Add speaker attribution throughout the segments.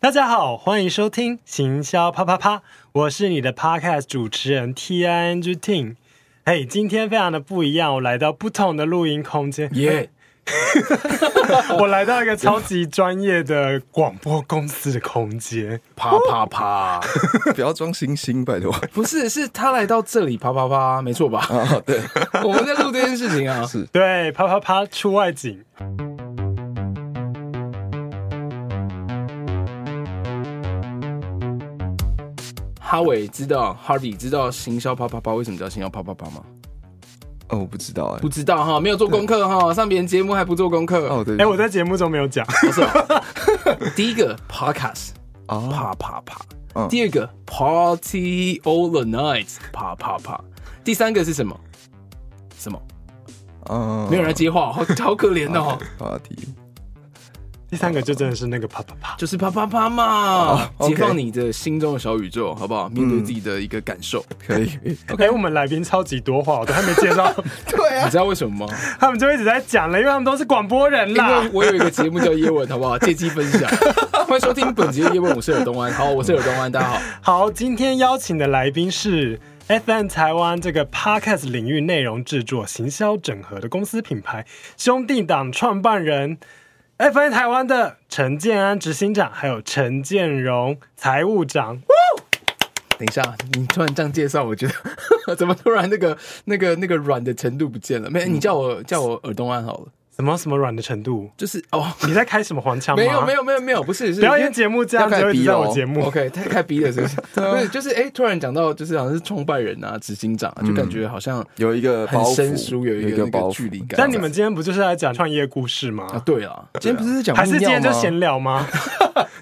Speaker 1: 大家好，欢迎收听《行销啪啪啪》，我是你的 Podcast 主持人 T I N G Ting。嘿，今天非常的不一样，我来到不同的录音空 间，
Speaker 2: 耶、
Speaker 1: 我来到一个超级专业的广播公司的空间。
Speaker 2: 啪啪啪！
Speaker 3: 不要装星星，拜托。
Speaker 2: 哦不是，是他来到这里啪啪啪，没错吧？
Speaker 3: 啊，对，
Speaker 2: 我们在录这件事情啊。
Speaker 3: 是
Speaker 1: 对，啪啪啪，出外景。
Speaker 2: 哈维知道，Harvey 知道行销啪啪啪为什么叫行销啪啪啪吗？
Speaker 3: 哦，我不知道哎、
Speaker 2: 不知道哈，没有做功课哈，上别人节目还不做功课。
Speaker 3: 哦，对，
Speaker 1: 哎、我在节目中没有讲，
Speaker 2: 不是啊，第一个 Podcast
Speaker 3: 啊，
Speaker 2: 啪啪啪，
Speaker 3: 嗯
Speaker 2: 第二个 Party All the Night 啪啪啪，第三个是什么？什么？
Speaker 3: 嗯，
Speaker 2: 没有人来接话，好好可怜 哦，
Speaker 3: 话题，
Speaker 1: 第三个就真的是那个啪啪啪。
Speaker 2: 就是啪啪啪
Speaker 1: 哦
Speaker 2: 嘛，
Speaker 3: OK
Speaker 2: 解放你的心中的小宇宙，好不好？面对自己的一个感受。
Speaker 3: 可以，
Speaker 1: 哎、我们来宾超级多话，我都还没介绍，嗯
Speaker 2: 你知道为什么吗？
Speaker 1: 他们就一直在讲了，因为他们都是广播人
Speaker 2: 因
Speaker 1: 啦
Speaker 2: 为。我有一个节目叫《叶问》，好不好？借机分 享，欢迎收听本节《叶问》，我是尔东安。好，我是尔东安，大家 好。
Speaker 1: 好，今天邀请的来宾是 FM 台湾这个 Podcast 领域内容制作、行销整合的公司品牌兄弟党创办人。FM 台湾的陈建安执行长，还有陈建荣财务长，
Speaker 2: 等一下，你突然这样介绍，我觉得 怎么突然那个那个那个软的程度不见了？没，
Speaker 1: 嗯
Speaker 2: 你叫我叫我尔东安好了，
Speaker 1: 什么什么软的程度？
Speaker 2: 就是哦，
Speaker 1: 你在开什么黄腔吗？
Speaker 2: 没有没有没有没有，不是是
Speaker 1: 表演节目这样子
Speaker 3: 要开
Speaker 1: 会一直
Speaker 3: 逼
Speaker 1: 在
Speaker 3: 了
Speaker 1: 我
Speaker 3: 哦
Speaker 1: 节目。啊
Speaker 2: OK，太太逼 了，是不是？不是，就是哎、突然讲到就是好像是创办人啊、执行长
Speaker 1: 嗯
Speaker 2: 啊，就感觉好像
Speaker 3: 有一个
Speaker 2: 很
Speaker 3: 包
Speaker 2: 生
Speaker 3: 袱，
Speaker 2: 呃疏，有一
Speaker 3: 一
Speaker 2: 个
Speaker 3: 个
Speaker 2: 那
Speaker 3: 包
Speaker 2: 个
Speaker 3: 袱
Speaker 2: 距离感。
Speaker 1: 但你们今天不就是来讲创业故事吗？
Speaker 2: 啊，对啊，今天不是在讲
Speaker 1: 还是今天就
Speaker 2: 泌尿吗
Speaker 1: 闲聊吗？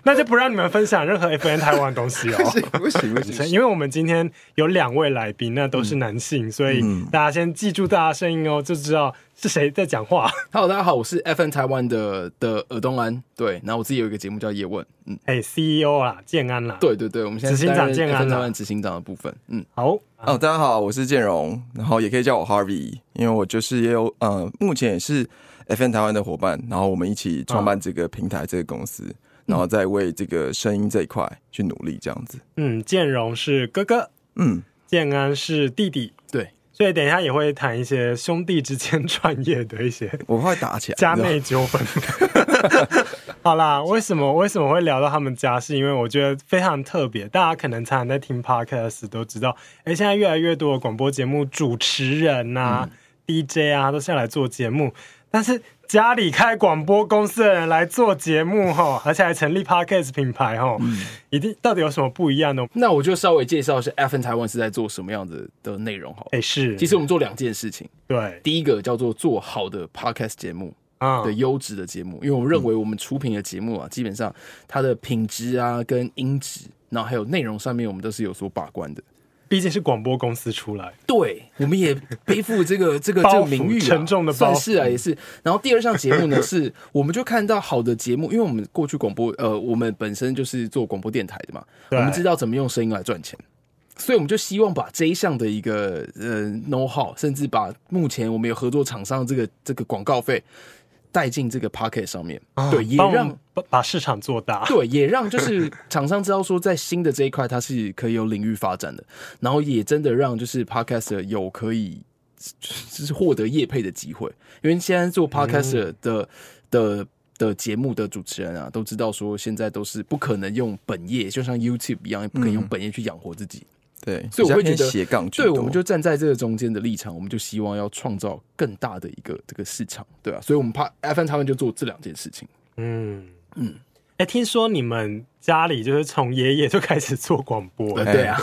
Speaker 1: 那就不让你们分享任何 FN 台湾的东西哦。
Speaker 3: 不行不行，
Speaker 1: 因为我们今天有两位来宾，那都是男性，所以大家先记住大家声音哦，就知道是谁在讲话。
Speaker 2: Hello，大家好，我是 FN 台湾的的尔东安，对，然后我自己有一个节目叫叶问，嗯，
Speaker 1: 哎，CEO 啦，建安啦，
Speaker 2: 对对对，我们现在
Speaker 1: 执行长
Speaker 2: 担
Speaker 1: 建
Speaker 2: 任
Speaker 1: 安啊
Speaker 2: FN 台湾执行长的部分，嗯，
Speaker 1: 好，
Speaker 3: 哦，大家好，我是建荣，然后也可以叫我 Harvey，因为我就是也有呃，目前也是 FN 台湾的伙伴，然后我们一起创办这个平台、这个公
Speaker 2: 嗯
Speaker 3: 司，然后再为这个声音这一块去努力，这样子。
Speaker 1: 嗯，建荣是哥哥，
Speaker 3: 嗯，
Speaker 1: 建安是弟弟，
Speaker 2: 对，
Speaker 1: 所以等一下也会谈一些兄弟之间 创业的一些
Speaker 3: 我会打 起来，
Speaker 1: 家
Speaker 3: 你知道
Speaker 1: 内
Speaker 3: 吗
Speaker 1: 纠纷。 好啦，为什么为什么会聊到他们家？是因为我觉得非常特别，大家可能常常在听 podcast 都知道，哎、现在越来越多的广播节目主持人呐、DJ
Speaker 2: 嗯
Speaker 1: 啊，都下来做节目，但是家里开广播公司的人来做节目吼，而且还成立 podcast 品牌吼，
Speaker 2: 嗯
Speaker 1: 一定到底有什么不一样呢？
Speaker 2: 那我就稍微介绍一下 FN 台湾是在做什么样子的内容好了。
Speaker 1: 哎、是，
Speaker 2: 其实我们做两件事情，
Speaker 1: 对，
Speaker 2: 第一个叫做做好的 podcast 节目，
Speaker 1: 啊、
Speaker 2: 对优质的节目，因为我们认为我们出品的节目啊，基本上它的品质啊跟音质，然后还有内容上面，我们都是有所把关的。
Speaker 1: 毕竟是广播公司出来，
Speaker 2: 对，我们也背负 这个这个
Speaker 1: 包袱
Speaker 2: 这个名誉、啊，
Speaker 1: 沉重的包袱
Speaker 2: 算是啊，也是。然后第二项节目呢，是我们就看到好的节目，因为我们过去广播，呃，我们本身就是做广播电台的嘛，我
Speaker 1: 对
Speaker 2: 们知道怎么用声音来赚钱，所以我们就希望把这一项的一个呃 know how，甚至把目前我们有合作厂商的这个这个广告费带进这个 pocket 上面，对，也
Speaker 1: 啊帮我
Speaker 2: 让
Speaker 1: 们把把市场做大。
Speaker 2: 对，也让就是厂商知道说，在新的这一块它是可以有领域发展的，然后也真的让就是 podcaster 有可以就是获得业配的机会，因为现在做 podcaster
Speaker 3: 嗯
Speaker 2: 的、的。的节目的主持人啊，都知道说现在都是不可能用本业，就像 YouTube 一样，也不可能用本业去养活自己。
Speaker 3: 对，
Speaker 2: 所以我会
Speaker 3: 比较偏
Speaker 2: 觉得
Speaker 3: 斜嗯杠居
Speaker 2: 对，
Speaker 3: 多，
Speaker 2: 我们就站在这个中间的立场，我们就希望要创造更大的一个这个市场，对啊，所以我们怕 FN 他们就做这两件事情。
Speaker 1: 嗯嗯，哎、听说你们家里就是从爷爷就开始做广播、
Speaker 2: 呃
Speaker 1: 哎
Speaker 2: 对啊，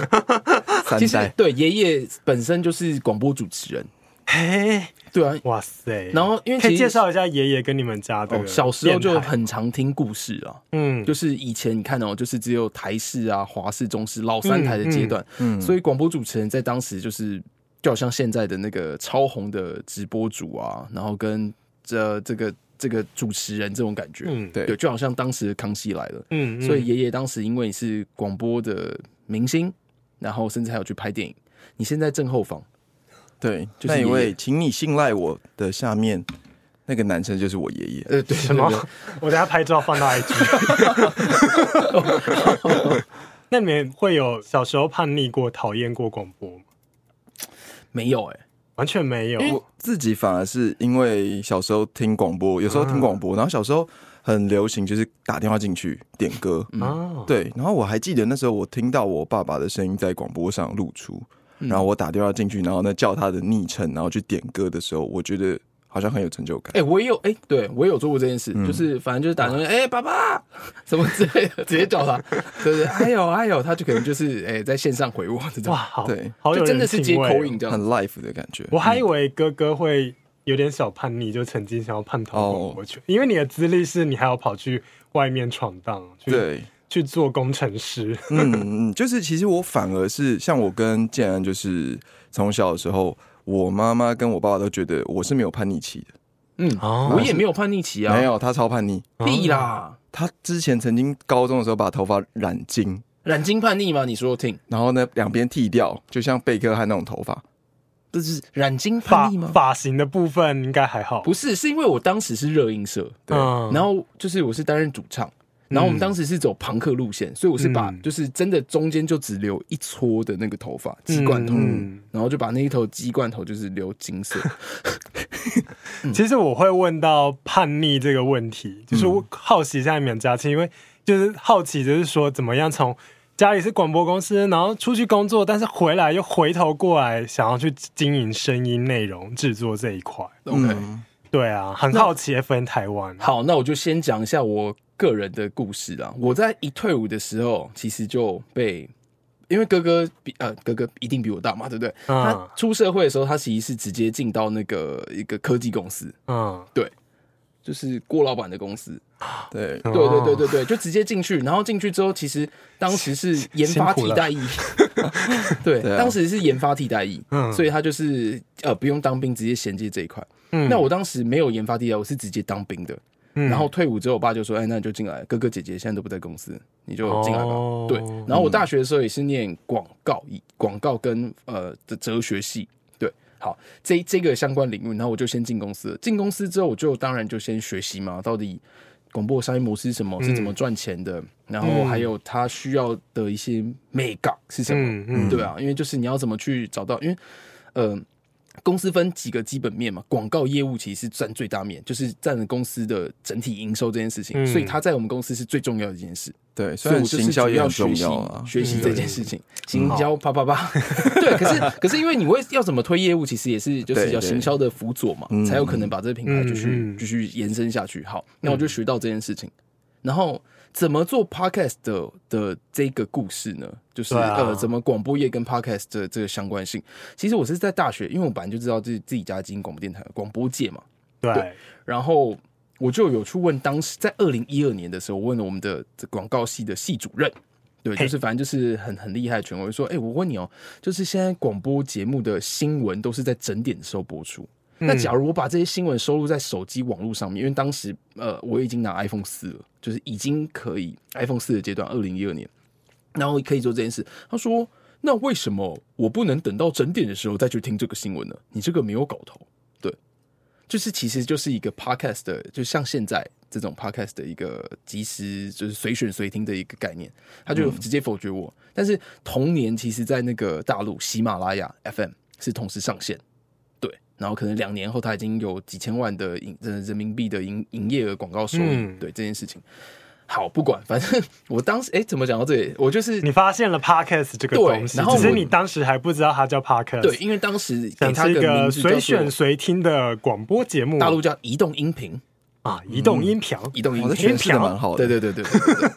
Speaker 3: 三
Speaker 2: 其实
Speaker 3: 代，
Speaker 2: 对爷爷本身就是广播主持人，
Speaker 1: 嘿，
Speaker 2: 对啊。
Speaker 1: 哇塞！
Speaker 2: 然后因为
Speaker 1: 可以
Speaker 2: 其实
Speaker 1: 介绍一下爷爷跟你们家的、
Speaker 2: 哦，小时候就，很常听故事啊，
Speaker 1: 嗯，
Speaker 2: 就是以前你看哦，就是只有台式啊、华视、中视老
Speaker 1: 嗯
Speaker 2: 三台的阶段，
Speaker 3: 嗯
Speaker 2: 所以广播主持人在当时就是就好像现在的那个超红的直播主啊，然后跟这这个这个主持人这种感觉，
Speaker 1: 嗯
Speaker 3: 对
Speaker 2: 对，就好像当时的康熙来了，
Speaker 1: 嗯，
Speaker 2: 所以爷爷当时因为你是广播的明星，然后甚至还有去拍电影，你现在正后方。
Speaker 3: 对，
Speaker 2: 就是
Speaker 3: 那一
Speaker 2: 爷爷
Speaker 3: 位，请你信赖我的下面那个男生就是我爷爷。
Speaker 2: 呃， 对，
Speaker 1: 什么？我等下拍照 放到 IG。那你们会有小时候叛逆过、讨厌过广播吗？
Speaker 2: 没有哎、
Speaker 1: 完全没有，
Speaker 2: 嗯
Speaker 3: 我自己反而是因为小时候听广播，有时候听广
Speaker 2: 嗯
Speaker 3: 播，然后小时候很流行就是打电话进去点歌，
Speaker 2: 嗯
Speaker 1: 哦，
Speaker 3: 对，然后我还记得那时候我听到我爸爸的声音在广播上露出，
Speaker 2: 嗯
Speaker 3: 然后我打电话进去，然后呢叫他的昵称，然后去点歌的时候，我觉得好像很有成就感。
Speaker 2: 哎、我也有哎、对我也有做过这件
Speaker 1: 嗯
Speaker 2: 事，就是反正就是打电话，哎、爸爸， 什么之类的，直接叫他， 对不对？哎呦哎呦，他就可能就是哎、在线上回我这种
Speaker 1: 哇，，好
Speaker 3: 对，
Speaker 1: 好有
Speaker 2: 就真的
Speaker 1: 人
Speaker 2: 是
Speaker 1: 情
Speaker 2: 接
Speaker 1: 味
Speaker 2: 口
Speaker 1: 哦。
Speaker 2: 音这样
Speaker 3: 很。life 的感觉。
Speaker 1: 我还以为哥哥会有点小叛逆，就曾经想要叛逃广播去，因为你的资历是你还要跑去外面闯荡，去
Speaker 3: 对，
Speaker 1: 去做工程师。
Speaker 3: 嗯，嗯，就是其实我反而是像我跟建安，就是从小的时候，我妈妈跟我爸爸都觉得我是没有叛逆期的，
Speaker 2: 嗯，
Speaker 1: 哦
Speaker 2: 我也没有叛逆期啊，
Speaker 3: 没有，他超叛逆。
Speaker 2: 必啦，
Speaker 3: 他之前曾经高中的时候把头发染金，
Speaker 2: 染金叛逆吗？你说我听，
Speaker 3: 然后呢两边剃掉，就像贝克汉那种头发。
Speaker 2: 不是染金
Speaker 1: 发
Speaker 2: 叛逆吗？
Speaker 1: 发型的部分应该还好，
Speaker 2: 不是，是因为我当时是热音社，
Speaker 3: 对
Speaker 1: 嗯
Speaker 2: 然后就是我是担任主唱，然后我们当时是走朋克路线，所以我是把
Speaker 1: 嗯
Speaker 2: 就是真的中间就只留一撮的那个头发鸡冠头，
Speaker 1: 嗯
Speaker 2: 然后就把那一头鸡冠头就是留金色。嗯
Speaker 1: 其实我会问到叛逆这个问题，就是我好奇一下你们家庭，因为就是好奇，就是说怎么样从家里是广播公司，然后出去工作，但是回来又回头过来想要去经营声音内容制作这一块。
Speaker 2: OK，、
Speaker 3: 嗯
Speaker 1: 对啊，很好奇 FN 台湾。
Speaker 2: 好，那我就先讲一下我个人的故事啦。我在一退伍的时候，其实就被。因为哥哥比呃哥哥一定比我大嘛，对不对？
Speaker 1: 嗯
Speaker 2: 他出社会的时候，他其实是直接进到那个一个科技公司，
Speaker 1: 嗯，
Speaker 2: 就是郭老板的公司。
Speaker 3: 对，
Speaker 1: 哦
Speaker 2: 对对对
Speaker 1: 对，
Speaker 2: 对对，就直接进去，然后进去之后，其实当时是研发替代役，对，
Speaker 3: 对啊
Speaker 2: 当时是研发替代役，
Speaker 1: 嗯
Speaker 2: 所以他就是呃不用当兵，直接衔接这一块。
Speaker 1: 嗯
Speaker 2: 那我当时没有研发替啊代，我是直接当兵的。然后退伍之后，我爸就说：“哎，那你就进来，哥哥姐姐现在都不在公司，你就进来吧。
Speaker 1: 哦
Speaker 2: 对，然后我大学的时候也是念广告，广告跟呃的哲学系。对，好，这这个相关领域，然后我就先进公司了。进公司之后，我就当然就先学习嘛，到底广播商业模式是什么，是怎么
Speaker 1: 嗯
Speaker 2: 赚钱的，然后还有它需要的一些 mega 是什么。
Speaker 1: 嗯嗯
Speaker 2: 对啊，因为就是你要怎么去找到，因为呃，公司分几个基本面嘛，广告业务其实是占最大面，就是占了公司的整体营收这件事情，
Speaker 1: 嗯
Speaker 2: 所以它在我们公司是最重要的一件事。
Speaker 3: 对，
Speaker 2: 所
Speaker 3: 虽
Speaker 2: 以
Speaker 3: 然
Speaker 2: 我就是
Speaker 3: 行销
Speaker 2: 主
Speaker 3: 也
Speaker 2: 要
Speaker 3: 很
Speaker 2: 学
Speaker 3: 重
Speaker 2: 习
Speaker 3: 要啊，
Speaker 2: 学习这件事情，行
Speaker 1: 好
Speaker 2: 销啪啪啪， 对。可是可是因为你会要怎么推业务，其实也是就是
Speaker 3: 对
Speaker 2: 要
Speaker 3: 对
Speaker 2: 行销的辅佐嘛，
Speaker 3: 嗯
Speaker 2: 才有可能把这个品牌继
Speaker 1: 嗯
Speaker 2: 续
Speaker 1: 嗯
Speaker 2: 继续延伸下去。好，那我就学到这件事情，然后。怎么做 podcast 的的这个故事呢？就是、
Speaker 1: 对啊
Speaker 2: 呃，怎么广播业跟 podcast 的这个相关性？其实我是在大学，因为我本来就知道自己自己家经营广播电台、广播界嘛，
Speaker 1: 对，
Speaker 2: 然后我就有去问当时在二零一二年的时候，问了我们的这广告系的系主任，对，
Speaker 1: 嘿
Speaker 2: 就是反正就是很很厉害的权威，说，哎、我问你哦，就是现在广播节目的新闻都是在整点的时候播出。
Speaker 1: 嗯
Speaker 2: 那假如我把这些新闻收录在手机网络上面，因为当时呃我已经拿 iPhone 四了，就是已经可以 iPhone 四的阶段，二零一二年，然后可以做这件事。他说：“那为什么我不能等到整点的时候再去听这个新闻呢？你这个没有搞头。”对，就是其实就是一个 podcast 的，就像现在这种 podcast 的一个即时就是随选随听的一个概念，他
Speaker 1: 嗯
Speaker 2: 就直接否决我。但是同年，其实在那个大陆喜马拉雅 FM 是同时上线。对，然后可能两年后，他已经有几千万的营人人民币的营营业额广告收入。
Speaker 1: 嗯
Speaker 2: 对这件事情，好不管，反正我当时哎、怎么讲到这里？我就是
Speaker 1: 你发现了 podcast 这个
Speaker 2: 对
Speaker 1: 东西，
Speaker 2: 然后
Speaker 1: 只是
Speaker 2: 我
Speaker 1: 你当时还不知道它叫 podcast，
Speaker 2: 对，，因为当时给
Speaker 1: 想
Speaker 2: 他
Speaker 1: 是一
Speaker 2: 名
Speaker 1: 个
Speaker 2: 字叫做
Speaker 1: 随选随听的广播节目，
Speaker 2: 大陆嗯叫移动音频，
Speaker 1: 啊，移动音频，
Speaker 2: 移动音
Speaker 3: 我的
Speaker 2: 频。
Speaker 3: 诠释的蛮好的。
Speaker 2: 对对对对对对对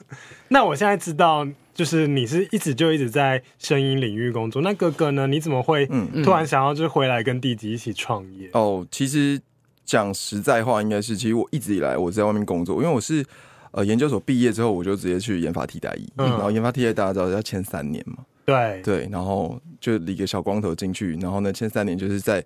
Speaker 1: 那我现在知道，就是你是一直就一直在声音领域工作。那哥哥呢？你怎么会突然想要就是回来跟弟弟一起创业？
Speaker 3: 哦，其实讲实在话，应该是其实我一直以来我在外面工作，因为我是呃研究所毕业之后，我就直接去研发替代役，
Speaker 1: 嗯
Speaker 3: 然后研发替代大家知道要签三年嘛，
Speaker 1: 对，
Speaker 3: 对，然后就理个小光头进去，然后呢签三年就是在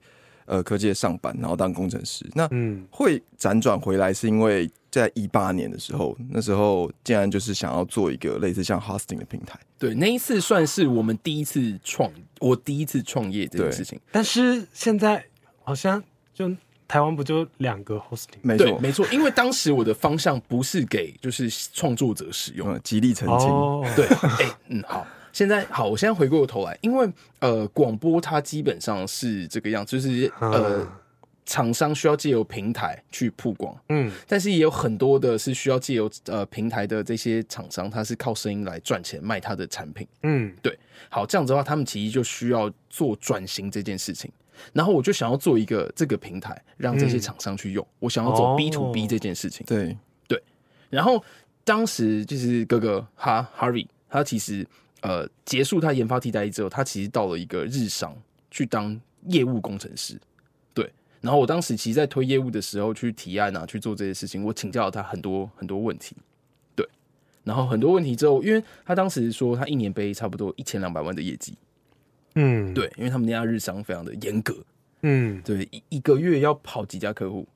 Speaker 3: 呃科技业上班，然后当工程师。那
Speaker 1: 嗯
Speaker 3: 会辗转回来，是因为在一八年的时候，那时候竟然就是想要做一个类似像 hosting 的平台，
Speaker 2: 对，那一次算是我们第一次创，我第一次创业这件事情。
Speaker 1: 但是现在好像就台湾不就两
Speaker 2: 嗯
Speaker 1: 个 hosting？
Speaker 3: 没
Speaker 2: 对，
Speaker 3: 错，
Speaker 2: 没错，因为当时我的方向不是给就是创作者使用，
Speaker 3: 嗯，极力澄清，
Speaker 1: 哦，
Speaker 2: 对，哎、嗯，好，现在好，我现在回过头来，因为呃，广播它基本上是这个样子，就是
Speaker 3: 嗯
Speaker 2: 呃，厂商需要借由平台去曝光，
Speaker 1: 嗯，
Speaker 2: 但是也有很多的是需要借由呃平台的这些厂商，它是靠声音来赚钱卖它的产品。
Speaker 1: 嗯
Speaker 2: 好，这样子的话，他们其实就需要做转型这件事情。然后我就想要做一个这个平台，让这些
Speaker 1: 嗯
Speaker 2: 厂商去用。我想要走
Speaker 1: 哦
Speaker 2: B to B 这件事情。
Speaker 3: 对，
Speaker 2: 然后当时就是哥哥哈 Harvey，他其实呃结束他研发替代役之后，他其实到了一个日商去当业务工程师。对，然后我当时其实，在推业务的时候去提案啊，去做这些事情，我请教了他很多很多问题。对，然后很多问题之后，因为他当时说他一年背差不多一千两百万的业绩，
Speaker 1: 嗯，，
Speaker 2: 对，因为他们那家日商非常的严格，
Speaker 1: 嗯
Speaker 2: 对，一一个月要跑几家客户，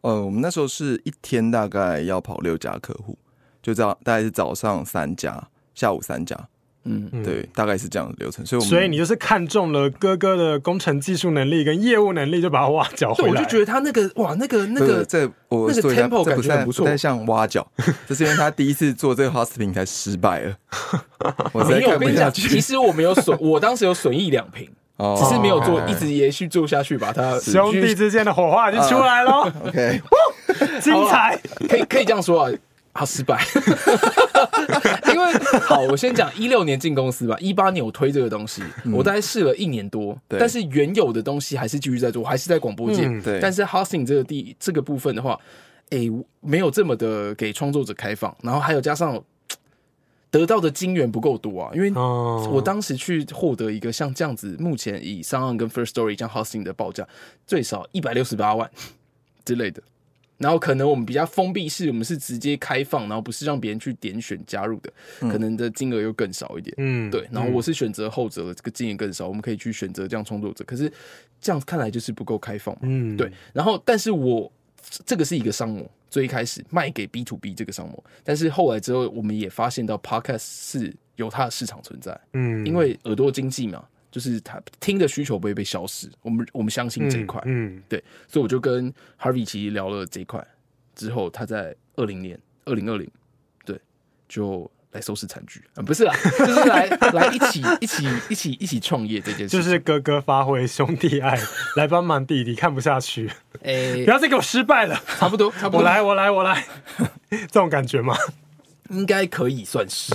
Speaker 3: 呃，我们那时候是一天大概要跑六家客户，就这样，大概是早上三家，下午三家，
Speaker 2: 嗯，
Speaker 1: 嗯
Speaker 3: 对，大概是这样的流程。所以我们，
Speaker 1: 所以你就是看中了哥哥的工程技术能力跟业务能力，就把他挖角
Speaker 2: 对，
Speaker 1: 回
Speaker 2: 我
Speaker 1: 来。
Speaker 2: 就觉得他那个哇，那个那
Speaker 3: 这
Speaker 2: 个
Speaker 3: 这我
Speaker 2: 那个
Speaker 3: 说一下，
Speaker 2: tempo
Speaker 3: 这
Speaker 2: 感
Speaker 3: 不
Speaker 2: 觉
Speaker 3: 太
Speaker 2: 很不错
Speaker 3: 太像挖 角，这是因为他第一次做这个 hosting 才失败了，我实在
Speaker 2: 没有，
Speaker 3: 看
Speaker 2: 我
Speaker 3: 不
Speaker 2: 跟你
Speaker 3: 下
Speaker 2: 讲，
Speaker 3: 去
Speaker 2: 其。实我没有损，我当时有损益两瓶，
Speaker 3: 哦
Speaker 2: 只是没有做，
Speaker 1: 哦
Speaker 2: 一直延续做下去，把它
Speaker 1: 兄弟之间的火花就出来 喽，
Speaker 3: OK，
Speaker 1: 精彩！
Speaker 2: 可以可以这样说啊，他失败， 因为好，我先讲一六年进公司吧，一八年我推这个东西，我大概试了一年多，
Speaker 3: 嗯对
Speaker 2: 但是原有的东西还是继续在做，我还是在广播界，
Speaker 1: 嗯
Speaker 3: 对
Speaker 2: 但是 hosting 这个地这个部分的话，诶、没有这么的给创作者开放，然后还有加上。得到的金源不够多啊，因为
Speaker 1: 哦
Speaker 2: 我当时去获得一个像这样子，目前以上岸跟 First Story 这样 hosting 的报价，最少一百六十八万之类的。然后可能我们比较封闭式，我们是直接开放，然后不是让别人去点选加入的，可能的金额又更少一点。
Speaker 1: 嗯
Speaker 2: 对，然后我是选择后者的，这个金额更少，我们可以去选择这样创作者。可是这样看来就是不够开放嘛。
Speaker 1: 嗯
Speaker 2: 对，然后但是我这个是一个商模，最一开始卖给 B to B 这个商模，但是后来之后我们也发现到 Podcast 是有它的市场存在，
Speaker 1: 嗯
Speaker 2: 因为耳朵经济嘛，就是它听的需求不会被消失，我们我们相信这一块，
Speaker 1: 嗯
Speaker 2: 对，所以我就跟 Harvey 其实聊了这一块，之后他在二零年二零二零对就。来收拾残局啊、不是啊，就是来来一起一起一起一起创业这件事
Speaker 1: 就
Speaker 2: 情，
Speaker 1: 是哥哥发挥兄弟爱来帮忙弟弟，看不下 去，
Speaker 2: 诶、
Speaker 1: 不要再给我失败了，
Speaker 2: 差不多差啊不
Speaker 1: 我
Speaker 2: 多，
Speaker 1: 来我来我 来，这种感觉吗？
Speaker 2: 应该可以算是。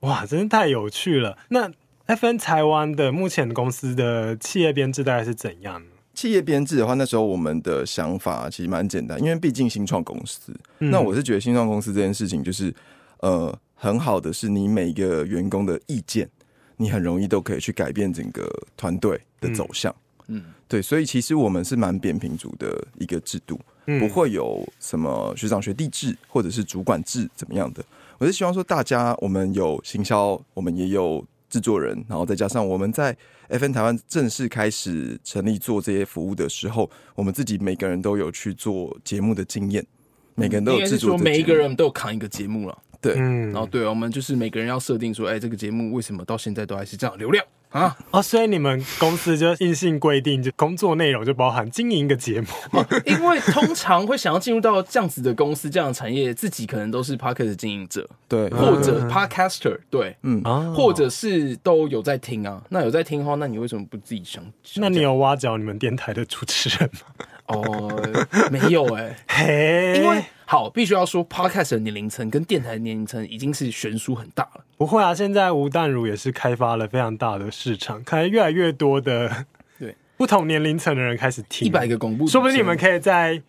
Speaker 1: 哇，真是太有趣了！那 FN 台湾的目前公司的企业编制大概是怎样呢？
Speaker 3: 企业编制的话，那时候我们的想法其实蛮简单，因为毕竟新创公司，
Speaker 1: 嗯
Speaker 3: 那我是觉得新创公司这件事情就是，呃，很好的是你每一个员工的意见，你很容易都可以去改变整个团队的走向。
Speaker 2: 嗯，
Speaker 3: 对，所以其实我们是蛮扁平足的一个制度，
Speaker 1: 嗯
Speaker 3: 不会有什么学长学弟制或者是主管制怎么样的。我是希望说，大家我们有行销，我们也有制作人，然后再加上我们在 FN 台湾正式开始成立做这些服务的时候，我们自己每个人都有去做节目的经验，每个人都
Speaker 2: 应
Speaker 3: 有
Speaker 2: 该
Speaker 3: 制
Speaker 2: 是
Speaker 3: 作
Speaker 2: 说
Speaker 3: 的
Speaker 2: 每一
Speaker 3: 节
Speaker 2: 个
Speaker 3: 目
Speaker 2: 人都有扛一个节目了。
Speaker 3: 对，
Speaker 1: 嗯
Speaker 2: 然后对，我们就是每个人要设定说，哎，这个节目为什么到现在都还是这样流量啊？
Speaker 1: 哦，所以你们公司就硬性规定，就工作内容就包含经营一个节目。
Speaker 2: 哦因为通常会想要进入到这样子的公司、这样的产业，自己可能都是 podcast 的经营者
Speaker 3: 对，
Speaker 2: 或者 podcaster，对，嗯
Speaker 1: 啊
Speaker 2: 或者是都有在听啊。那有在听的话，那你为什么不自己想？想
Speaker 1: 那你
Speaker 2: 这样
Speaker 1: 有挖角你们电台的主持人吗？
Speaker 2: 哦？哎没有哎，
Speaker 1: 嘿，
Speaker 2: 因为好，必须要说 podcast 的年龄层跟电台的年龄层已经是悬殊很大了。
Speaker 1: 不会啊，现在吴淡如也是开发了非常大的市场，看来越来越多的
Speaker 2: 对
Speaker 1: 不同年龄层的人开始听
Speaker 2: 一百个广播，
Speaker 1: 说不定你们可以在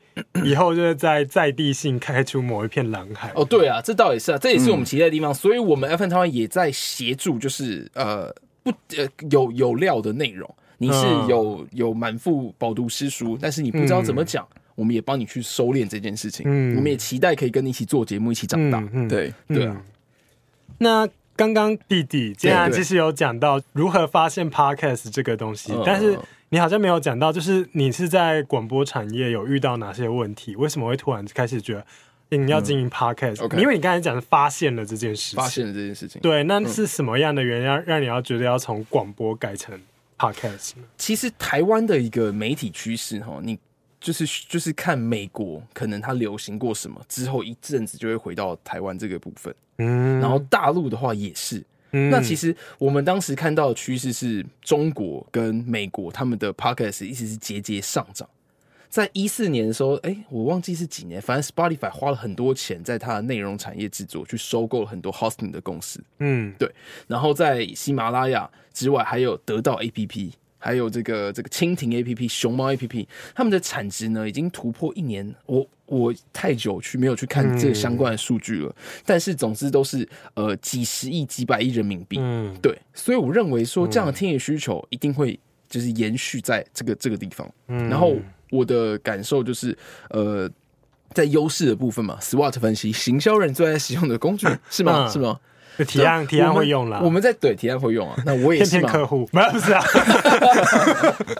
Speaker 1: 以后就是在在地性开出某一片蓝海。
Speaker 2: 哦，对啊，这倒也是啊，这也是我
Speaker 1: 嗯
Speaker 2: 们期待的地方，所以我们 FN 台湾也在协助，就是呃不呃有有料的内容，你是
Speaker 1: 嗯
Speaker 2: 有、有满腹饱读诗书，但是你不知道怎么讲，我们也帮你去收敛这件事情，
Speaker 1: 嗯
Speaker 2: 我们也期待可以跟你一起做节目，一起长大。
Speaker 1: 嗯嗯，
Speaker 3: 对，
Speaker 2: 对啊，
Speaker 1: 那刚刚弟弟竟然
Speaker 2: 对
Speaker 1: 其实有讲到如何发现 podcast 这个东西
Speaker 2: 嗯，
Speaker 1: 但是你好像没有讲到，就是你是在广播产业有遇到哪些问题？为什么会突然开始觉得你要经营 podcast？、
Speaker 2: 嗯 OK
Speaker 1: 因为你刚才讲的发现了这件事
Speaker 2: 发
Speaker 1: 情，
Speaker 2: 现了嗯这件事情，
Speaker 1: 对，那是什么样的原因让让你要觉得要从广播改成 podcast 呢？
Speaker 2: 其实台湾的一个媒体趋势哈，你就是就是看美国可能它流行过什么之后一阵子就会回到台湾这个部分，
Speaker 1: 嗯，
Speaker 2: 然后大陆的话也是。
Speaker 1: 嗯
Speaker 2: 那其实我们当时看到的趋势是中国跟美国他们的 podcast 一直是节节上涨。在一四年的时候，哎、我忘记是几年，反正 Spotify 花了很多钱在它的内容产业制作，去收购了很多 hosting 的公司。
Speaker 1: 嗯
Speaker 2: 然后在喜马拉雅之外，还有得到 APP，还有这个这个蜻蜓 APP、熊猫 APP，他们的产值呢已经突破一年。我我太久去没有去看这个相关的数据了，
Speaker 1: 嗯
Speaker 2: 但是总之都是呃几十亿、几百亿人民币。
Speaker 1: 嗯
Speaker 2: 对，所以我认为说这样的听野需求一定会就是延续在这个这个地方。
Speaker 1: 嗯，
Speaker 2: 然后我的感受就是，呃，在优势的部分嘛，SWOT 分析，行销人最爱使用的 工具是吗？
Speaker 1: 嗯
Speaker 2: 是吗？
Speaker 1: 提案提案会用啦，
Speaker 2: 啊我们我们在对提案会用啊，那 我也
Speaker 1: 骗
Speaker 2: 是
Speaker 1: 骗
Speaker 2: 嘛，
Speaker 1: 客户，没有不是啊，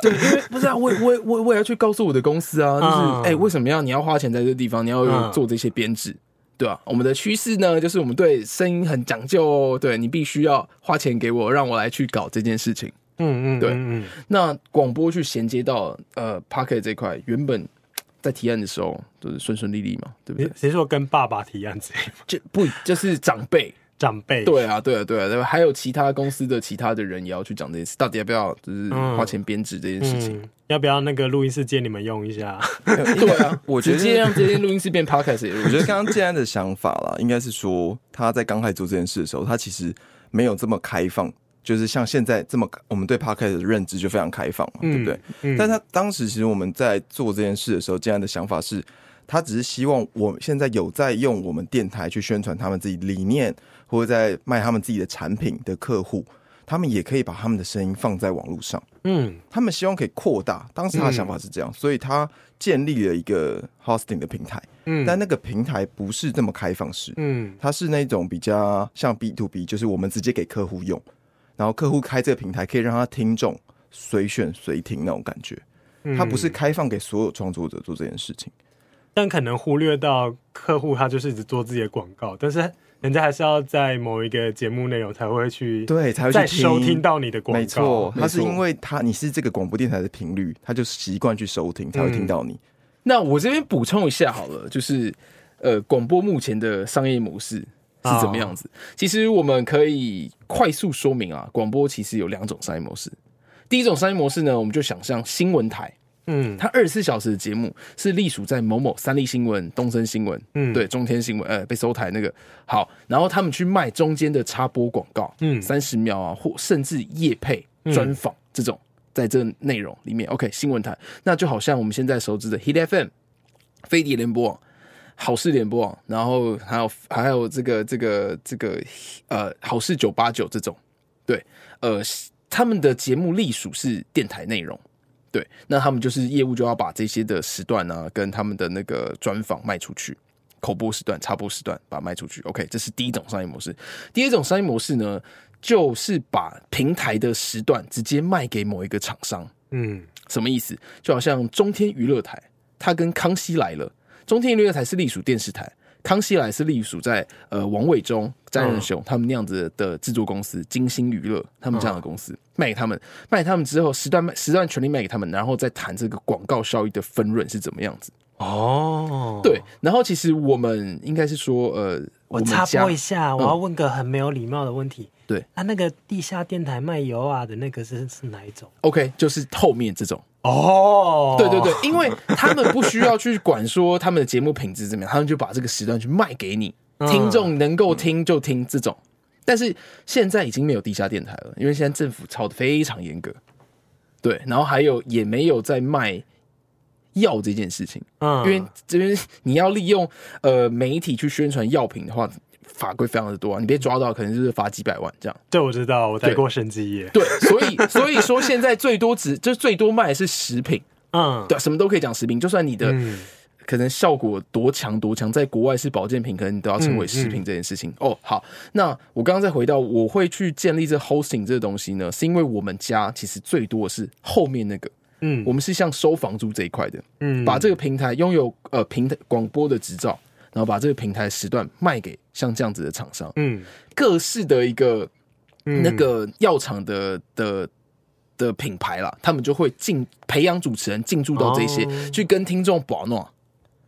Speaker 2: 对，因为不是啊，我也我也我也我也要去告诉我的公司啊，就是哎、
Speaker 1: 嗯
Speaker 2: 诶为什么要你要花钱在这地方，你要有
Speaker 1: 嗯
Speaker 2: 做这些编制，对吧、我们的趋势呢，就是我们对声音很讲究哦，对你必须要花钱给我，让我来去搞这件事情。
Speaker 1: 嗯嗯
Speaker 2: 对
Speaker 1: 嗯
Speaker 2: 那广播去衔接到呃 p o c k e t 这块，原本在提案的时候都、是顺顺利利嘛，对不对
Speaker 1: 嗯，？谁说跟爸爸提案之类的
Speaker 2: 就不就是长辈，
Speaker 1: 长辈
Speaker 2: 对啊，对啊，对啊，对啊，还有其他公司的其他的人也要去讲这件事，到底要不要就是
Speaker 1: 嗯
Speaker 2: 花钱编制这件事情？
Speaker 1: 嗯，要不要那个录音室借你们用一下？
Speaker 2: 对啊，
Speaker 3: 我觉
Speaker 2: 直
Speaker 3: 得
Speaker 2: 接让这些录音室变 podcast 也录
Speaker 3: 我觉得刚刚建安的想法啦，应该是说他在刚开始做这件事的时候，他其实没有这么开放，就是像现在这么我们对 podcast 的认知就非常开放嘛，对不对？
Speaker 1: 嗯
Speaker 3: 但他当时其实我们在做这件事的时候，建安的想法是，他只是希望我现在有在用我们电台去宣传他们自己理念，或者在卖他们自己的产品的客户，他们也可以把他们的声音放在网络上。
Speaker 1: 嗯
Speaker 3: 他们希望可以扩大，当时他的想法是这样，所以他建立了一个 hosting 的平台，
Speaker 1: 嗯
Speaker 3: 但那个平台不是这么开放式，
Speaker 1: 嗯
Speaker 3: 它是那种比较像 B to B，就是我们直接给客户用，然后客户开这个平台可以让他听众随选随听那种感觉，
Speaker 1: 嗯
Speaker 3: 它不是开放给所有创作者做这件事情。
Speaker 1: 但可能忽略到客户他就是只做自己的广告，但是人家还是要在某一个节目内容才会去
Speaker 3: 对才会去
Speaker 1: 再收
Speaker 3: 听
Speaker 1: 听到你的广告，
Speaker 3: 没错，
Speaker 2: 没
Speaker 3: 它是
Speaker 2: 错
Speaker 3: 因为它你是这个广播电台的频率，他就习惯去收听，才会
Speaker 1: 嗯
Speaker 3: 听到你。
Speaker 2: 那我这边补充一下好了，就是呃，广播目前的商业模式是怎么样子？其实我们可以快速说明啊，广播其实有两种商业模式。第一种商业模式呢，我们就想象新闻台，
Speaker 1: 嗯
Speaker 2: 它二十四小时的节目是隶属在某某三立新闻、东森新闻、
Speaker 1: 嗯
Speaker 2: 对中天新闻，呃，被收台那个好，然后他们去卖中间的插播广告，
Speaker 1: 嗯
Speaker 2: 三十秒啊，或甚至夜配
Speaker 1: 嗯
Speaker 2: 专访这种，在这内容里面，OK，新闻台，那就好像我们现在熟知的 Hit FM、飞碟联播网、好事联播网，然后还有还有这个这个这个呃好事九八九这种，对，呃，他们的节目隶属是电台内容。对，那他们就是业务就要把这些的时段啊，跟他们的那个专访卖出去，口播时段、插播时段把它卖出去。OK，这是第一种商业模式。第二种商业模式呢，就是把平台的时段直接卖给某一个厂商。
Speaker 1: 嗯
Speaker 2: 什么意思？就好像中天娱乐台，它跟康熙来了，中天娱乐台是隶属电视台，康熙来是隶属在呃王伟忠、詹仁雄他们那样子的制作公司，金星娱乐他们这样的公司、
Speaker 1: 嗯
Speaker 2: 卖给他们，卖给他们之后，时段卖时段权利卖给他们，然后再谈这个广告效益的分润是怎么样子。
Speaker 1: 哦，
Speaker 2: 对，然后其实我们应该是说，呃，
Speaker 1: 我
Speaker 2: 们
Speaker 1: 插
Speaker 2: 家
Speaker 1: 播一下，我要问个很没有礼貌的问题。
Speaker 2: 对，
Speaker 1: 啊，那个地下电台卖油啊的那个是是哪一种？
Speaker 2: OK，就是后面这种。
Speaker 1: 哦，
Speaker 2: 对对对，因为他们不需要去管说他们的节目品质怎么样，他们就把这个时段去卖给你，
Speaker 1: 嗯
Speaker 2: 听众能够听就听这种。但是现在已经没有地下电台了，因为现在政府操的非常严格，对，然后还有也没有在卖药这件事情，
Speaker 1: 嗯，
Speaker 2: 因为这边你要利用呃媒体去宣传药品的话，法规非常的多、啊，你被抓到可能就是罚几百万这样。
Speaker 1: 对我知道，我待
Speaker 2: 对
Speaker 1: 过生机业。
Speaker 2: 对，所以所以说现在最多只就最多卖的是食品，
Speaker 1: 嗯，
Speaker 2: 对啊，什么都可以讲食品，就算你的
Speaker 1: 嗯
Speaker 2: 可能效果多强多强，在国外是保健品，可能你都要称为食
Speaker 1: 嗯
Speaker 2: 品这件事情。哦，好，那我刚刚再回到，我会去建立这 hosting 这个东西呢，是因为我们家其实最多的是后面那个，
Speaker 1: 嗯
Speaker 2: 我们是像收房租这一块的，
Speaker 1: 嗯
Speaker 2: 把这个平台拥有呃平台广播的执照，然后把这个平台时段卖给像这样子的厂商，
Speaker 1: 嗯
Speaker 2: 各式的一个
Speaker 1: 嗯
Speaker 2: 那个药厂的的的品牌啦，他们就会进培养主持人进驻到这些，
Speaker 1: 哦
Speaker 2: 去跟听众保暖，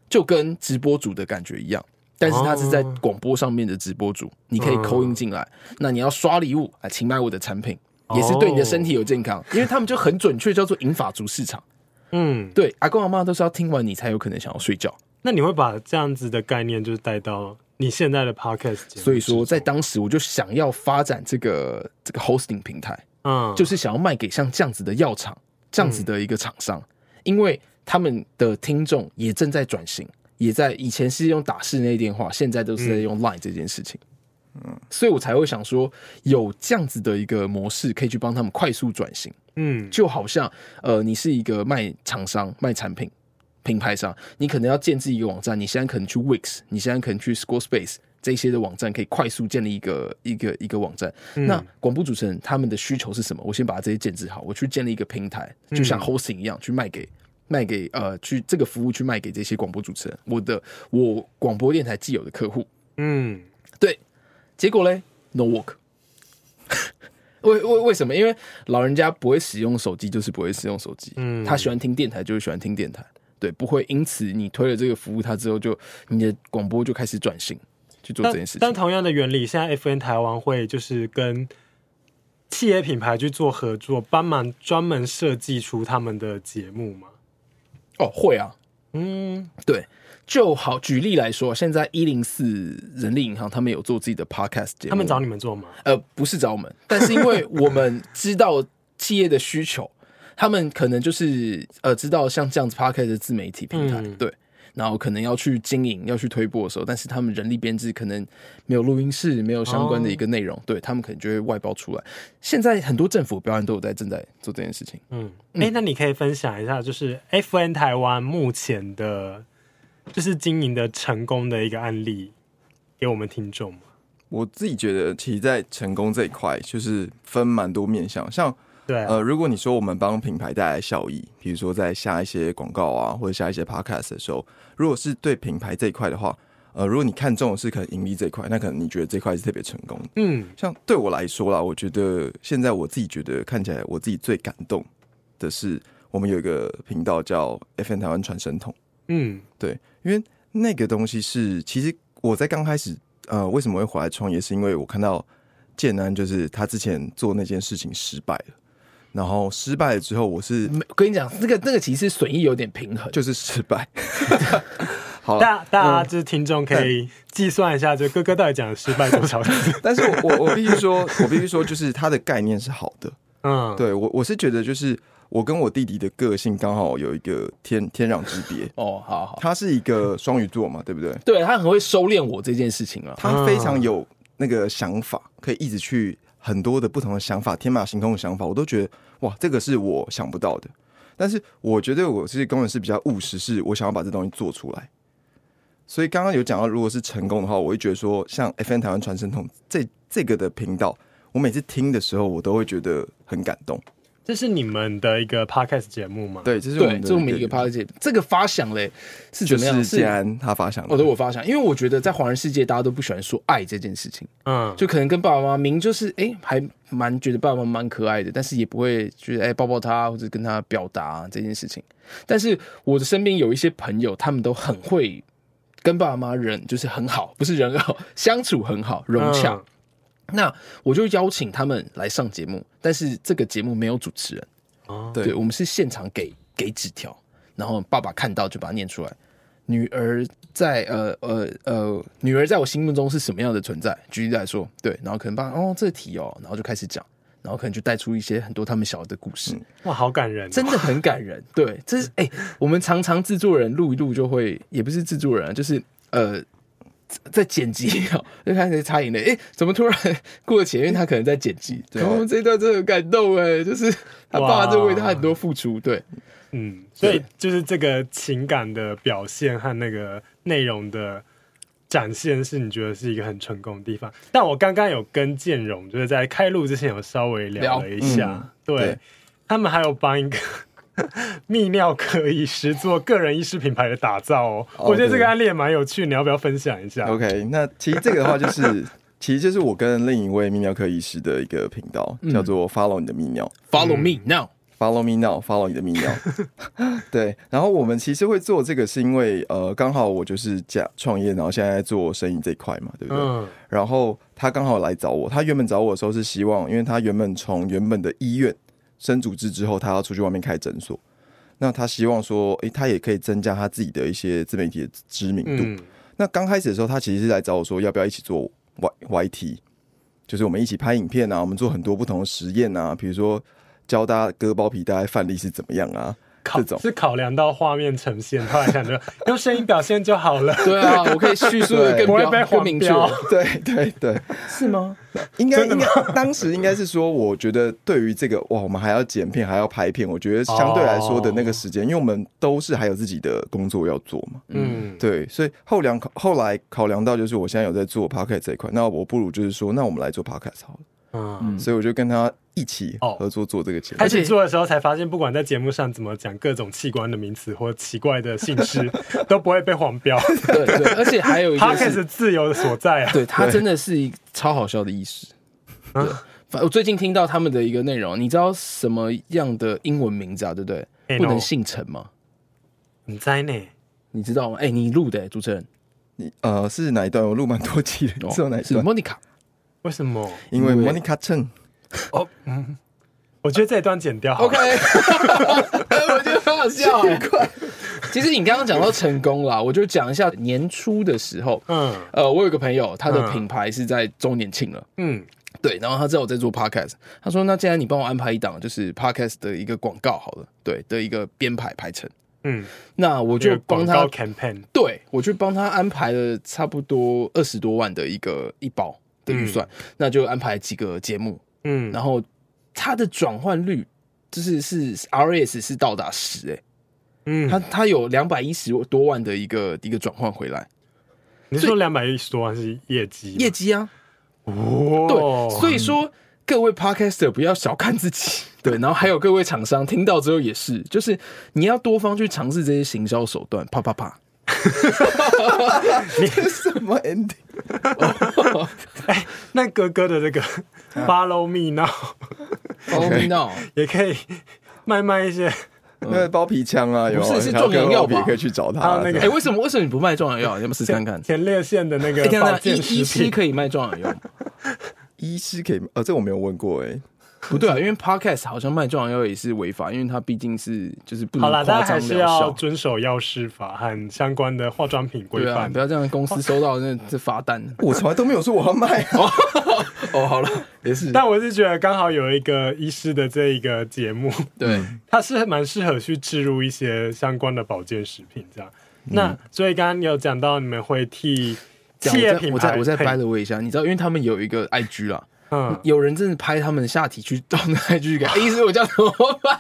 Speaker 2: 就跟直播主的感觉一样。但是他是在
Speaker 1: 哦嗯
Speaker 2: 广播上面的直播主，你可以扣印进来。那你要刷礼物，哎，请买我的产品，也是对你的身
Speaker 1: 哦
Speaker 2: 体有健康，因为他们就很准确叫做引法族市场。
Speaker 1: 嗯，
Speaker 2: 对，阿公阿妈都是要听完你才有可能想要睡觉。
Speaker 1: 那你会把这样子的概念就是带到你现在的 podcast 节目
Speaker 2: 所以说，在当时我就想要发展这个这个 hosting 平台，
Speaker 1: 嗯，
Speaker 2: 就是想要卖给像这样子的药厂、这样子的一个厂商，因为他们的听众也正在转型，也在以前是用打室内电话，现在都是在用 Line 这件事情。嗯，所以我才会想说，有这样子的一个模式，可以去帮他们快速转型。
Speaker 1: 嗯
Speaker 2: 就好像呃，你是一个卖厂商、卖产品、品牌商，你可能要建置一个网站，你现在可能去 Wix，你现在可能去 Squarespace 这些的网站，可以快速建立一个一个一个网站。那广播主持人他们的需求是什么？我先把这些建置好，我去建立一个平台，就像 hosting 一样去卖给。卖给呃，去这个服务去卖给这些广播主持人，我的我广播电台既有的客户，
Speaker 1: 嗯
Speaker 2: 对，结果嘞，no work。为为为什么？因为老人家不会使用手机，就是不会使用手机。
Speaker 1: 嗯
Speaker 2: 他喜欢听电台，就是喜欢听电台。对，不会因此你推了这个服务他之后就，你的广播就开始转型去做这件
Speaker 1: 但
Speaker 2: 事
Speaker 1: 但
Speaker 2: 情。
Speaker 1: 同样的原理，现在 FN 台湾会就是跟企业品牌去做合作，帮忙专门设计出他们的节目嘛。
Speaker 2: 哦，会啊，
Speaker 1: 嗯
Speaker 2: 对，就好举例来说，现在一零四人力银行他们有做自己的 podcast 节目，
Speaker 1: 他们找你们做吗？
Speaker 2: 呃，不是找我们， 但是因为我们知道企业的需求， 他们可能就是呃知道像这样子 p a r k e t 的自媒体平台，
Speaker 1: 嗯
Speaker 2: 对，然后可能要去经营、要去推播的时候，但是他们人力编制可能没有录音室，没有相关的一个内容，对他们可能就会外包出来。现在很多政府标案都有在正在做这件事情。
Speaker 1: 嗯，哎、那你可以分享一下，就是 FN 台湾目前的，就是经营的成功的一个案例，给我们听众吗？
Speaker 3: 我自己觉得，其实在成功这一块，就是分蛮多面向，像
Speaker 1: 对啊、
Speaker 3: 呃，如果你说我们帮品牌带来效益，比如说在下一些广告啊，或者下一些 podcast 的时候，如果是对品牌这一块的话，呃，如果你看中的是可能盈利这一块，那可能你觉得这块是特别成功的。
Speaker 1: 嗯，
Speaker 3: 像对我来说啦，我觉得现在我自己觉得看起来我自己最感动的是，我们有一个频道叫 FN 台湾传声筒。
Speaker 1: 嗯
Speaker 3: 对，因为那个东西是，其实我在刚开始，呃，为什么会回来创业，是因为我看到建安就是他之前做那件事情失败了，然后失败了之后，我是
Speaker 2: 没，跟你讲，那个那个其实损益有点平衡，
Speaker 3: 就是失败， 好了，
Speaker 1: 大大家
Speaker 2: 嗯
Speaker 1: 就是听众可以计算一下，就哥哥到底讲了失败多少 次？
Speaker 3: 但是我我我必须说，我必须说，就是他的概念是好的，
Speaker 1: 嗯，
Speaker 3: 对我我是觉得就是我跟我弟弟的个性刚好有一个天天壤之别，
Speaker 2: 哦，好好，
Speaker 3: 他是一个双鱼座嘛，对不对？
Speaker 2: 对他很会收敛我这件事情啊。
Speaker 3: 他非常有那个想法，可以一直去很多的不同的想法，天马行空的想法，我都觉得哇，这个是我想不到的。但是我觉得我是工人是比较务实，是我想要把这东西做出来。所以刚刚有讲到，如果是成功的话，我会觉得说，像 FN 台湾传声筒这这个的频道，我每次听的时候，我都会觉得很感动。
Speaker 1: 这是你们的一个 podcast 节目吗？
Speaker 3: 对，这是我
Speaker 2: 对，
Speaker 3: 们的
Speaker 2: 这是我们一个 p a r k e t 这个发想嘞是怎么样？
Speaker 3: 就是建安他发想的。
Speaker 2: 我 对我发想，因为我觉得在华人世界，大家都不喜欢说爱这件事情，
Speaker 1: 嗯，
Speaker 2: 就可能跟爸爸妈妈明就是哎、诶还蛮觉得爸爸妈妈蛮可爱的，但是也不会觉得哎、诶抱抱他或者跟他表达这件事情。但是我的身边有一些朋友，他们都很会跟爸爸妈妈人就是很好，不是人好，相处很好，融洽。
Speaker 1: 嗯
Speaker 2: 那我就邀请他们来上节目，但是这个节目没有主持人，
Speaker 1: 哦
Speaker 3: 对
Speaker 2: 对我们是现场给给纸条，然后爸爸看到就把它念出来。女儿在呃呃呃，女儿在我心目中是什么样的存在？举例来说，对，然后可能爸哦这题哦，然后就开始讲，然后可能就带出一些很多他们小的故事，
Speaker 1: 哇，好感人、哦，
Speaker 2: 真的很 感人。对，这是哎、我们常常制作人录一录就会，也不是制作人啊，就是呃。在剪辑哦， 就开始擦眼泪。哎、怎么突然过了前面？他可能在剪辑。
Speaker 3: 对
Speaker 2: 然后这一段真的很感动哎，就是他爸爸就为他很多付出。对，
Speaker 1: 嗯，所以就是这个情感的表现和那个内容的展现，是你觉得是一个很成功的地方。但我刚刚有跟建荣，就是在开录之前有稍微聊了一下，
Speaker 3: 聊嗯
Speaker 1: 对
Speaker 3: 对
Speaker 1: 他们还有帮一个泌尿科医师做个人医师品牌的打造哦。
Speaker 3: 哦
Speaker 1: 我觉得这
Speaker 3: 对
Speaker 1: 个案例也蛮有趣，你要不要分享一下？
Speaker 3: OK，那其实这个的话就是 其实这是我跟另一位泌尿科医师的一个频道，
Speaker 2: 嗯
Speaker 3: 叫做 Follow 你的泌尿。
Speaker 2: Follow me
Speaker 1: 嗯
Speaker 2: now，
Speaker 3: Follow me now, follow 你的泌尿。 对，然后我们其实会做这个，是因为呃，刚好我就是假创业，然后现在在做生意这一块嘛，对不对？
Speaker 1: 嗯
Speaker 3: 然后他刚好来找我，他原本找我的时候是希望，因为他原本从原本的医院升主治之后，他要出去外面开诊所，那他希望说，诶，他也可以增加他自己的一些自媒体的知名度。
Speaker 1: 嗯
Speaker 3: 那刚开始的时候，他其实是来找我说，要不要一起做 Y YT，就是我们一起拍影片啊，我们做很多不同的实验啊，比如说教大家割包皮大概范例是怎么样啊，
Speaker 1: 考
Speaker 3: 这种
Speaker 1: 是考量到画面呈现，后来想着用声音表现就好了，
Speaker 2: 对啊，我可以叙述的更
Speaker 1: 不会
Speaker 2: 标
Speaker 1: 被
Speaker 2: 更
Speaker 1: 黄
Speaker 2: 明确。
Speaker 1: 标。
Speaker 3: 对对对，
Speaker 2: 是吗？
Speaker 3: 应该应该当时应该是说，我觉得对于这个哇，我们还要剪片还要拍片，我觉得相对来说的那个时间，因为我们都是还有自己的工作要做嘛，
Speaker 1: 嗯，
Speaker 3: 对，所以后量后来考量到就是我现在有在做 podcast 这一块，那我不如就是说，那我们来做 podcast 好了，
Speaker 1: 嗯，
Speaker 3: 所以我就跟他一起
Speaker 1: 哦
Speaker 3: 合作做这个节目。
Speaker 1: 开始做的时候才发现，不管在节目上怎么讲各种器官的名词或奇怪的姓 氏，都不会被黄标。
Speaker 2: 对对，而且还有一
Speaker 1: 他
Speaker 2: 个
Speaker 1: 开
Speaker 2: 是
Speaker 1: 始，自由的所在啊！
Speaker 2: 对他真的是一个超好笑的意识。
Speaker 1: 嗯
Speaker 2: 对，反我最近听到他们的一个内容，你知道什么样的英文名字啊？对不对？
Speaker 1: 哎
Speaker 2: 不能
Speaker 1: no
Speaker 2: 姓陈吗？
Speaker 1: 你在呢？
Speaker 2: 你知道吗？哎，你录的主持人
Speaker 3: 你呃是哪一段？我录蛮多集的，
Speaker 2: 哦
Speaker 3: 是有哪 一
Speaker 2: 是
Speaker 3: 段？
Speaker 2: Monica，
Speaker 1: 为什么？
Speaker 3: 因为
Speaker 2: 因为
Speaker 3: Monica Chen
Speaker 1: 我觉得这一段剪掉好了
Speaker 2: OK，我哎觉得很好笑、欸。其实你刚刚讲到成功啦，我就讲一下年初的时候，
Speaker 1: 嗯
Speaker 2: 呃，我有个朋友，他的
Speaker 1: 嗯
Speaker 2: 品牌是在周年庆了。
Speaker 1: 嗯，
Speaker 2: 对，然后他知道我在做 podcast，他说：“那既然你帮我安排一档就是 podcast 的一个广告好了，对的一个编排排程，
Speaker 1: 嗯，
Speaker 2: 那我
Speaker 1: 我
Speaker 2: 就帮
Speaker 1: 广
Speaker 2: 他
Speaker 1: 告，campaign，
Speaker 2: 对我就帮他安排了差不多二十多万的一个一包的预算，那就安排几个节目，
Speaker 1: 嗯，
Speaker 2: 然后它的转换率就是是 RS 是到达十、欸，
Speaker 1: 嗯，
Speaker 2: 它它有两百一十多万的一个一个转换回来，
Speaker 1: 你是说两百一十多万是业绩吗？
Speaker 2: 业绩啊，对，
Speaker 1: 哦，
Speaker 2: 所以说各位 podcaster 不要小看自己，对，然后还有各位厂商听到之后也是，就是你要多方去尝试这些行销手段，啪啪 啪，
Speaker 3: 这是什么 ending？
Speaker 1: 哎，那哥哥的这个
Speaker 2: 啊
Speaker 1: Follow Me Now
Speaker 2: 哦
Speaker 3: OK
Speaker 2: no，
Speaker 1: 也可以卖卖一些，
Speaker 3: 那个包皮枪啊，有
Speaker 2: 不是
Speaker 3: 啊
Speaker 2: 是
Speaker 3: 想要
Speaker 2: 壮阳
Speaker 3: 割
Speaker 2: 药
Speaker 3: 包皮
Speaker 2: 吧
Speaker 3: 也可以去找他
Speaker 1: 还有
Speaker 3: 啊。
Speaker 1: 那个
Speaker 2: 哎、
Speaker 3: 这样
Speaker 2: 为什么为什么你不卖壮阳药？你要不试试看看？
Speaker 1: 前列腺的 那个
Speaker 2: 哎，等一下
Speaker 1: 保
Speaker 2: 等
Speaker 1: 健
Speaker 2: 一下，医医
Speaker 1: 食
Speaker 2: 师
Speaker 1: 品，
Speaker 2: 可以卖壮阳药吗？
Speaker 3: 医师可以，呃，这我没有问过哎。
Speaker 2: 不对啊，因为 podcast 好像卖壮阳药也是违法，因为它毕竟是就是不
Speaker 1: 好
Speaker 2: 能
Speaker 1: 啦，大
Speaker 2: 嗯夸
Speaker 1: 家还
Speaker 2: 张
Speaker 1: 是
Speaker 2: 疗
Speaker 1: 要
Speaker 2: 效。
Speaker 1: 遵守药师法和相关的化妆品规
Speaker 2: 对啊，
Speaker 1: 范
Speaker 2: 不。要这样，公司收到那这罚单。
Speaker 3: 我从来都没有说我要卖 啊，
Speaker 2: 哦，好了，也是
Speaker 1: 但我是觉得刚好有一个医师的这一个节目，
Speaker 2: 对，
Speaker 1: 它是蛮适合去置入一些相关的保健食品这样。
Speaker 2: 嗯
Speaker 1: 那所以刚刚你有讲到你们会替
Speaker 2: 讲
Speaker 1: 企业品
Speaker 2: 我再
Speaker 1: 牌，
Speaker 2: 我再我再掰了我一下，你知道，因为他们有一个 IG 啦，
Speaker 1: 嗯，
Speaker 2: 有人真的拍他们下体去到那 IG 去给，哎，是我叫怎么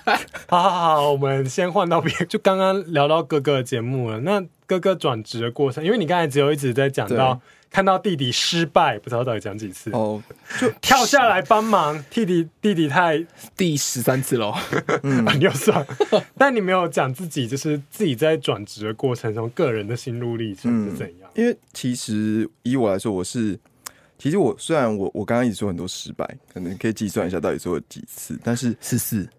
Speaker 2: 办？
Speaker 1: 好好好，我们先换到别，就刚刚聊到哥哥的节目了。那哥哥转职的过程，因为你刚才只有一直在讲到看到弟弟失败，不知道到底讲几次，
Speaker 3: 哦，
Speaker 1: 跳下来帮忙，弟弟弟弟太
Speaker 2: 第十三次喽，
Speaker 1: 啊，你又算，但你没有讲自己，就是自己在转职的过程中，个人的心路历程是怎样？
Speaker 3: 因为其实以我来说，我是其实我虽然我我刚刚一直说很多失败，可能可以计算一下到底做了几次，但是啊
Speaker 2: 十四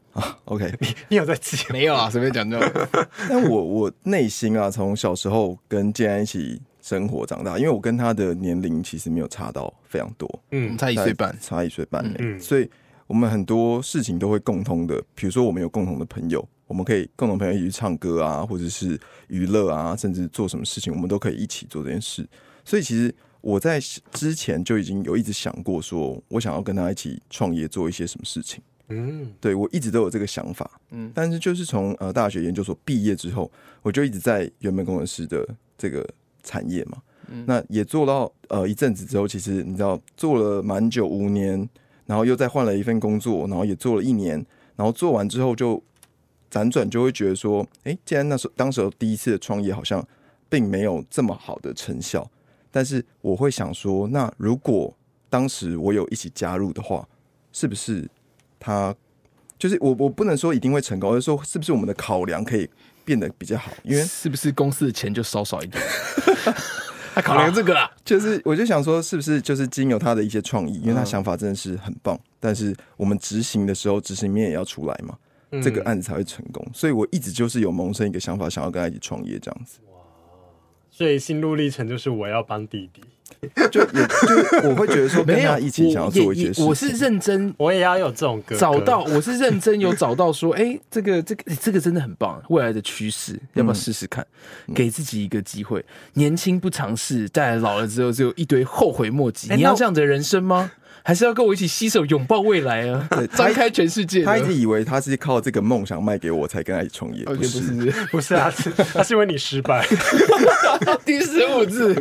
Speaker 3: OK，
Speaker 1: 你有在记吗？
Speaker 2: 没有啊，随便讲就好。
Speaker 3: 但我我内心啊，从小时候跟建安一起生活长大，因为我跟他的年龄其实没有差到非常多，
Speaker 2: 我们
Speaker 1: 嗯
Speaker 2: 才一岁半，
Speaker 3: 差一岁半、欸，
Speaker 1: 嗯
Speaker 3: 所以我们很多事情都会共同的，比如说我们有共同的朋友，我们可以共同朋友一起去唱歌啊，或者是娱乐啊，甚至做什么事情，我们都可以一起做这件事。所以其实我在之前就已经有一直想过说我想要跟他一起创业，做一些什么事情。
Speaker 1: 嗯
Speaker 3: 对我一直都有这个想法，嗯
Speaker 2: 嗯，
Speaker 3: 但是就是从呃大学研究所毕业之后，我就一直在原本工程师的这个产业嘛，那也做到呃一阵子之后，其实你知道做了蛮久五年，然后又再换了一份工作，然后也做了一年，然后做完之后就辗转就会觉得说，诶，既然那时候当时候第一次的创业好像并没有这么好的成效，但是我会想说，那如果当时我有一起加入的话，是不是他就是我我不能说一定会成功，而是说是不是我们的考量可以变得比较好？因为
Speaker 2: 是不是公司的钱就少少一点？他考量这个啊啦。
Speaker 3: 就是我就想说，是不是就是经由他的一些创意，
Speaker 2: 嗯
Speaker 3: 因为他想法真的是很棒，但是我们执行的时候，执行面也要出来嘛，
Speaker 2: 嗯
Speaker 3: 这个案子才会成功。所以我一直就是有萌生一个想法，想要跟他一起创业这样子。
Speaker 1: 所以心路历程就是我要帮弟弟，
Speaker 3: 就也就我会觉得说，跟
Speaker 2: 没有，
Speaker 3: 他一起想要做一些
Speaker 2: 我也
Speaker 3: 事情。
Speaker 2: 也我是认真
Speaker 1: 我也要有这种 哥哥
Speaker 2: 找到，我是认真有找到说，哎、这个这个、哎这个真的很棒，未来的趋势，要不要试试看？给自己一个机会，年轻不尝试，但老了之后就有一堆后悔莫及。
Speaker 1: 哎
Speaker 2: 你
Speaker 1: 那
Speaker 2: 要
Speaker 1: 我
Speaker 2: 这样的人生吗？还是要跟我一起携手拥抱未来啊，张开全世界呢？啊
Speaker 3: 他一直以为他是靠这个梦想卖给我才跟他一起创业，
Speaker 2: OK，哦
Speaker 3: 不
Speaker 2: 不
Speaker 3: 是？
Speaker 2: 是
Speaker 1: 不是 啊，是他是因为你失败。
Speaker 2: 哦第十五次，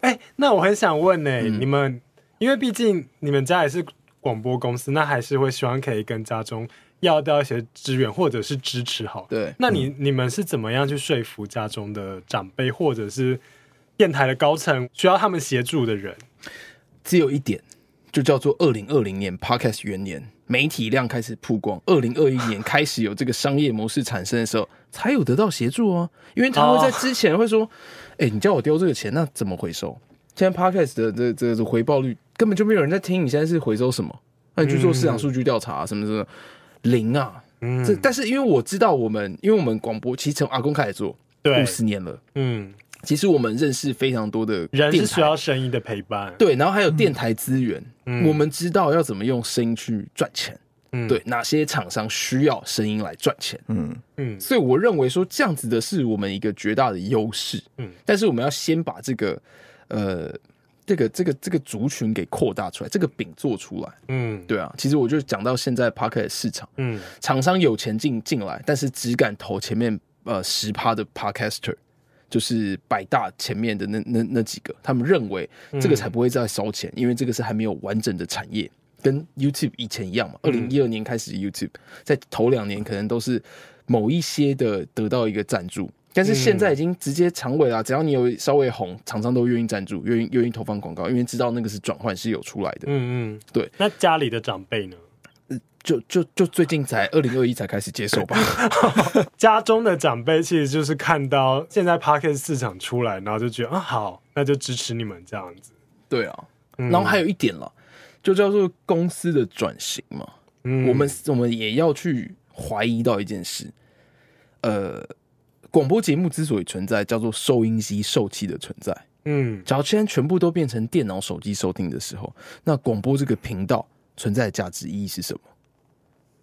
Speaker 1: 哎、那我很想问呢、
Speaker 2: 嗯
Speaker 1: 你们因为毕竟你们家也是广播公司，那还是会希望可以跟家中要到一些支援或者是支持好。
Speaker 2: 对
Speaker 1: 那你你们是怎么样去说服家中的长辈或者是电台的高层需要他们协助的人？
Speaker 2: 只有一点，就叫做二零二零年 Podcast 元年，媒体量开始曝光，二零二一年开始有这个商业模式产生的时候，才有得到协助哦。因为他会在之前会说，
Speaker 1: 啊
Speaker 2: 哎、你叫我丢这个钱，那怎么回收？现在 Podcast 的这这这回报率根本就没有人在听，你现在是回收什么？那你去做市场数据调查、啊什么什么零啊？
Speaker 1: 嗯
Speaker 2: 这但是因为我知道我们，因为我们广播其实从阿公开始做
Speaker 1: 对
Speaker 2: 五，十年了，
Speaker 1: 嗯，
Speaker 2: 其实我们认识非常多的
Speaker 1: 人
Speaker 2: 电
Speaker 1: 是
Speaker 2: 台
Speaker 1: 需要声音的陪伴。，
Speaker 2: 对，然后还有电台资源，
Speaker 1: 嗯
Speaker 2: 我们知道要怎么用声音去赚钱。
Speaker 1: 嗯
Speaker 2: 对，哪些厂商需要声音来赚钱？
Speaker 3: 嗯，
Speaker 1: 嗯
Speaker 2: 所以我认为说这样子的是我们一个绝大的优势。
Speaker 1: 嗯，
Speaker 2: 但是我们要先把这个呃这个这个这个族群给扩大出来，这个饼做出来。
Speaker 1: 嗯，
Speaker 2: 对啊，其实我就讲到现在 p o c k e t 市场，
Speaker 1: 嗯，
Speaker 2: 厂商有钱进进来，但是只敢投前面呃十趴的 podcaster，就是百大前面的那那那几个，他们认为这个才不会再烧钱，因为这个是还没有完整的产业，跟 YouTube 以前一样嘛。二零一二年开始 YouTube，在头两年可能都是某一些的得到一个赞助。但是现在已经直接长尾啦，只要你有稍微红，厂商都愿意赞助，愿意愿意投放广告，因为知道那个是转换是有出来的。
Speaker 1: 嗯嗯，
Speaker 2: 对。
Speaker 1: 那家里的长辈呢？
Speaker 2: 就就就最近才二零二一才开始接受吧。
Speaker 1: 家中的长辈其实就是看到现在 p a r k e t 市场出来，然后就觉得啊好，那就支持你们这样子。嗯
Speaker 2: 对啊，然后还有一点了，就叫做公司的转型嘛。
Speaker 1: 嗯
Speaker 2: 我们我们也要去怀疑到一件事，呃，广播节目之所以存在，叫做收音机受气的存在。
Speaker 1: 嗯
Speaker 2: 假如现在全部都变成电脑、手机收听的时候，那广播这个频道存在的价值意义是什么？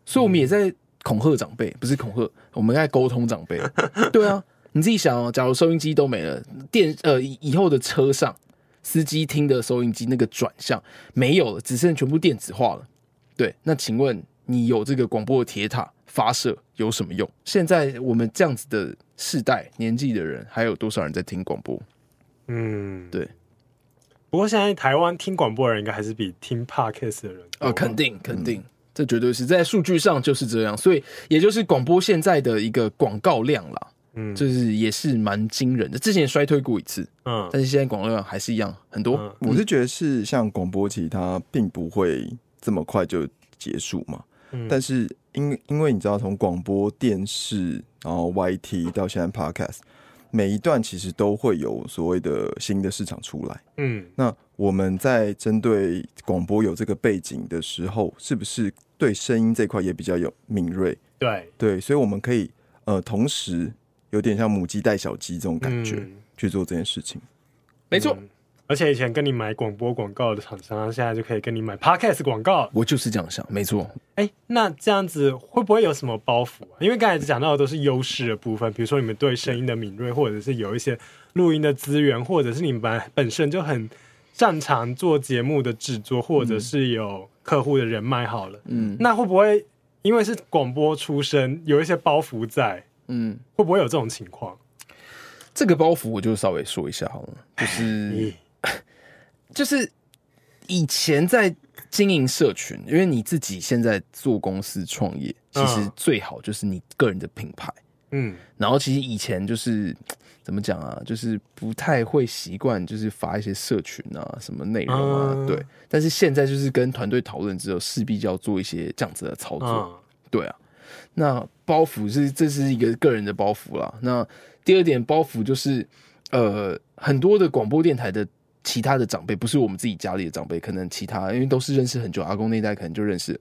Speaker 2: 所以我们也在恐吓长辈，不是恐吓，我们在沟通长辈。 对啊，你自己想哦，假如收音机都没了，电呃以以后的车上司机听的收音机那个转向没有了，只剩全部电子化了。对，那请问你有这个广播的铁塔发射有什么用？现在我们这样子的世代年纪的人，还有多少人在听广播？
Speaker 1: 嗯，
Speaker 2: 对。
Speaker 1: 不过现在台湾听广播的人应该还是比听 podcast 的人多
Speaker 2: 啊，肯定肯定，这绝对是在数据上就是这样，所以也就是广播现在的一个广告量啦，
Speaker 1: 嗯
Speaker 2: 就是也是蛮惊人的。之前也衰退过一次，
Speaker 1: 嗯
Speaker 2: 但是现在广告量还是一样很多。
Speaker 1: 嗯
Speaker 3: 我是觉得是像广播其实它并不会这么快就结束嘛。
Speaker 1: 嗯
Speaker 3: 但是因因为你知道，从广播电视，然后 YT 到现在 Podcast，每一段其实都会有所谓的新的市场出来。
Speaker 1: 嗯
Speaker 3: 那我们在针对广播有这个背景的时候，是不是对声音这块也比较有敏锐？
Speaker 1: 对
Speaker 3: 对，所以我们可以呃，同时有点像母鸡带小鸡这种感觉、
Speaker 1: 嗯
Speaker 3: 去做这件事情。
Speaker 2: 没错，
Speaker 1: 而且以前跟你买广播广告的厂商，现在就可以跟你买 podcast 广告。
Speaker 2: 我就是这样想，没错。
Speaker 1: 哎，那这样子会不会有什么包袱啊？因为刚才讲到的都是优势的部分，比如说你们对声音的敏锐，或者是有一些录音的资源，或者是你们本本身就很擅长做节目的制作，或者是有客户的人脉好了。
Speaker 2: 嗯
Speaker 1: 那会不会因为是广播出身，有一些包袱在？
Speaker 2: 嗯，
Speaker 1: 会不会有这种情况？
Speaker 2: 这个包袱我就稍微说一下好了，就是
Speaker 1: 咦
Speaker 2: 就是以前在经营社群，因为你自己现在做公司创业，其实
Speaker 1: 嗯
Speaker 2: 最好就是你个人的品牌。
Speaker 1: 嗯
Speaker 2: 然后其实以前就是怎么讲啊，就是不太会习惯，就是发一些社群啊什么内容啊，
Speaker 1: 嗯
Speaker 2: 对。但是现在就是跟团队讨论之后，势必就要做一些这样子的操作，
Speaker 1: 嗯
Speaker 2: 对啊。那包袱是这是一个个人的包袱啦。那第二点包袱就是，呃，很多的广播电台的其他的长辈，不是我们自己家里的长辈，可能其他因为都是认识很久，阿公那一代可能就认识。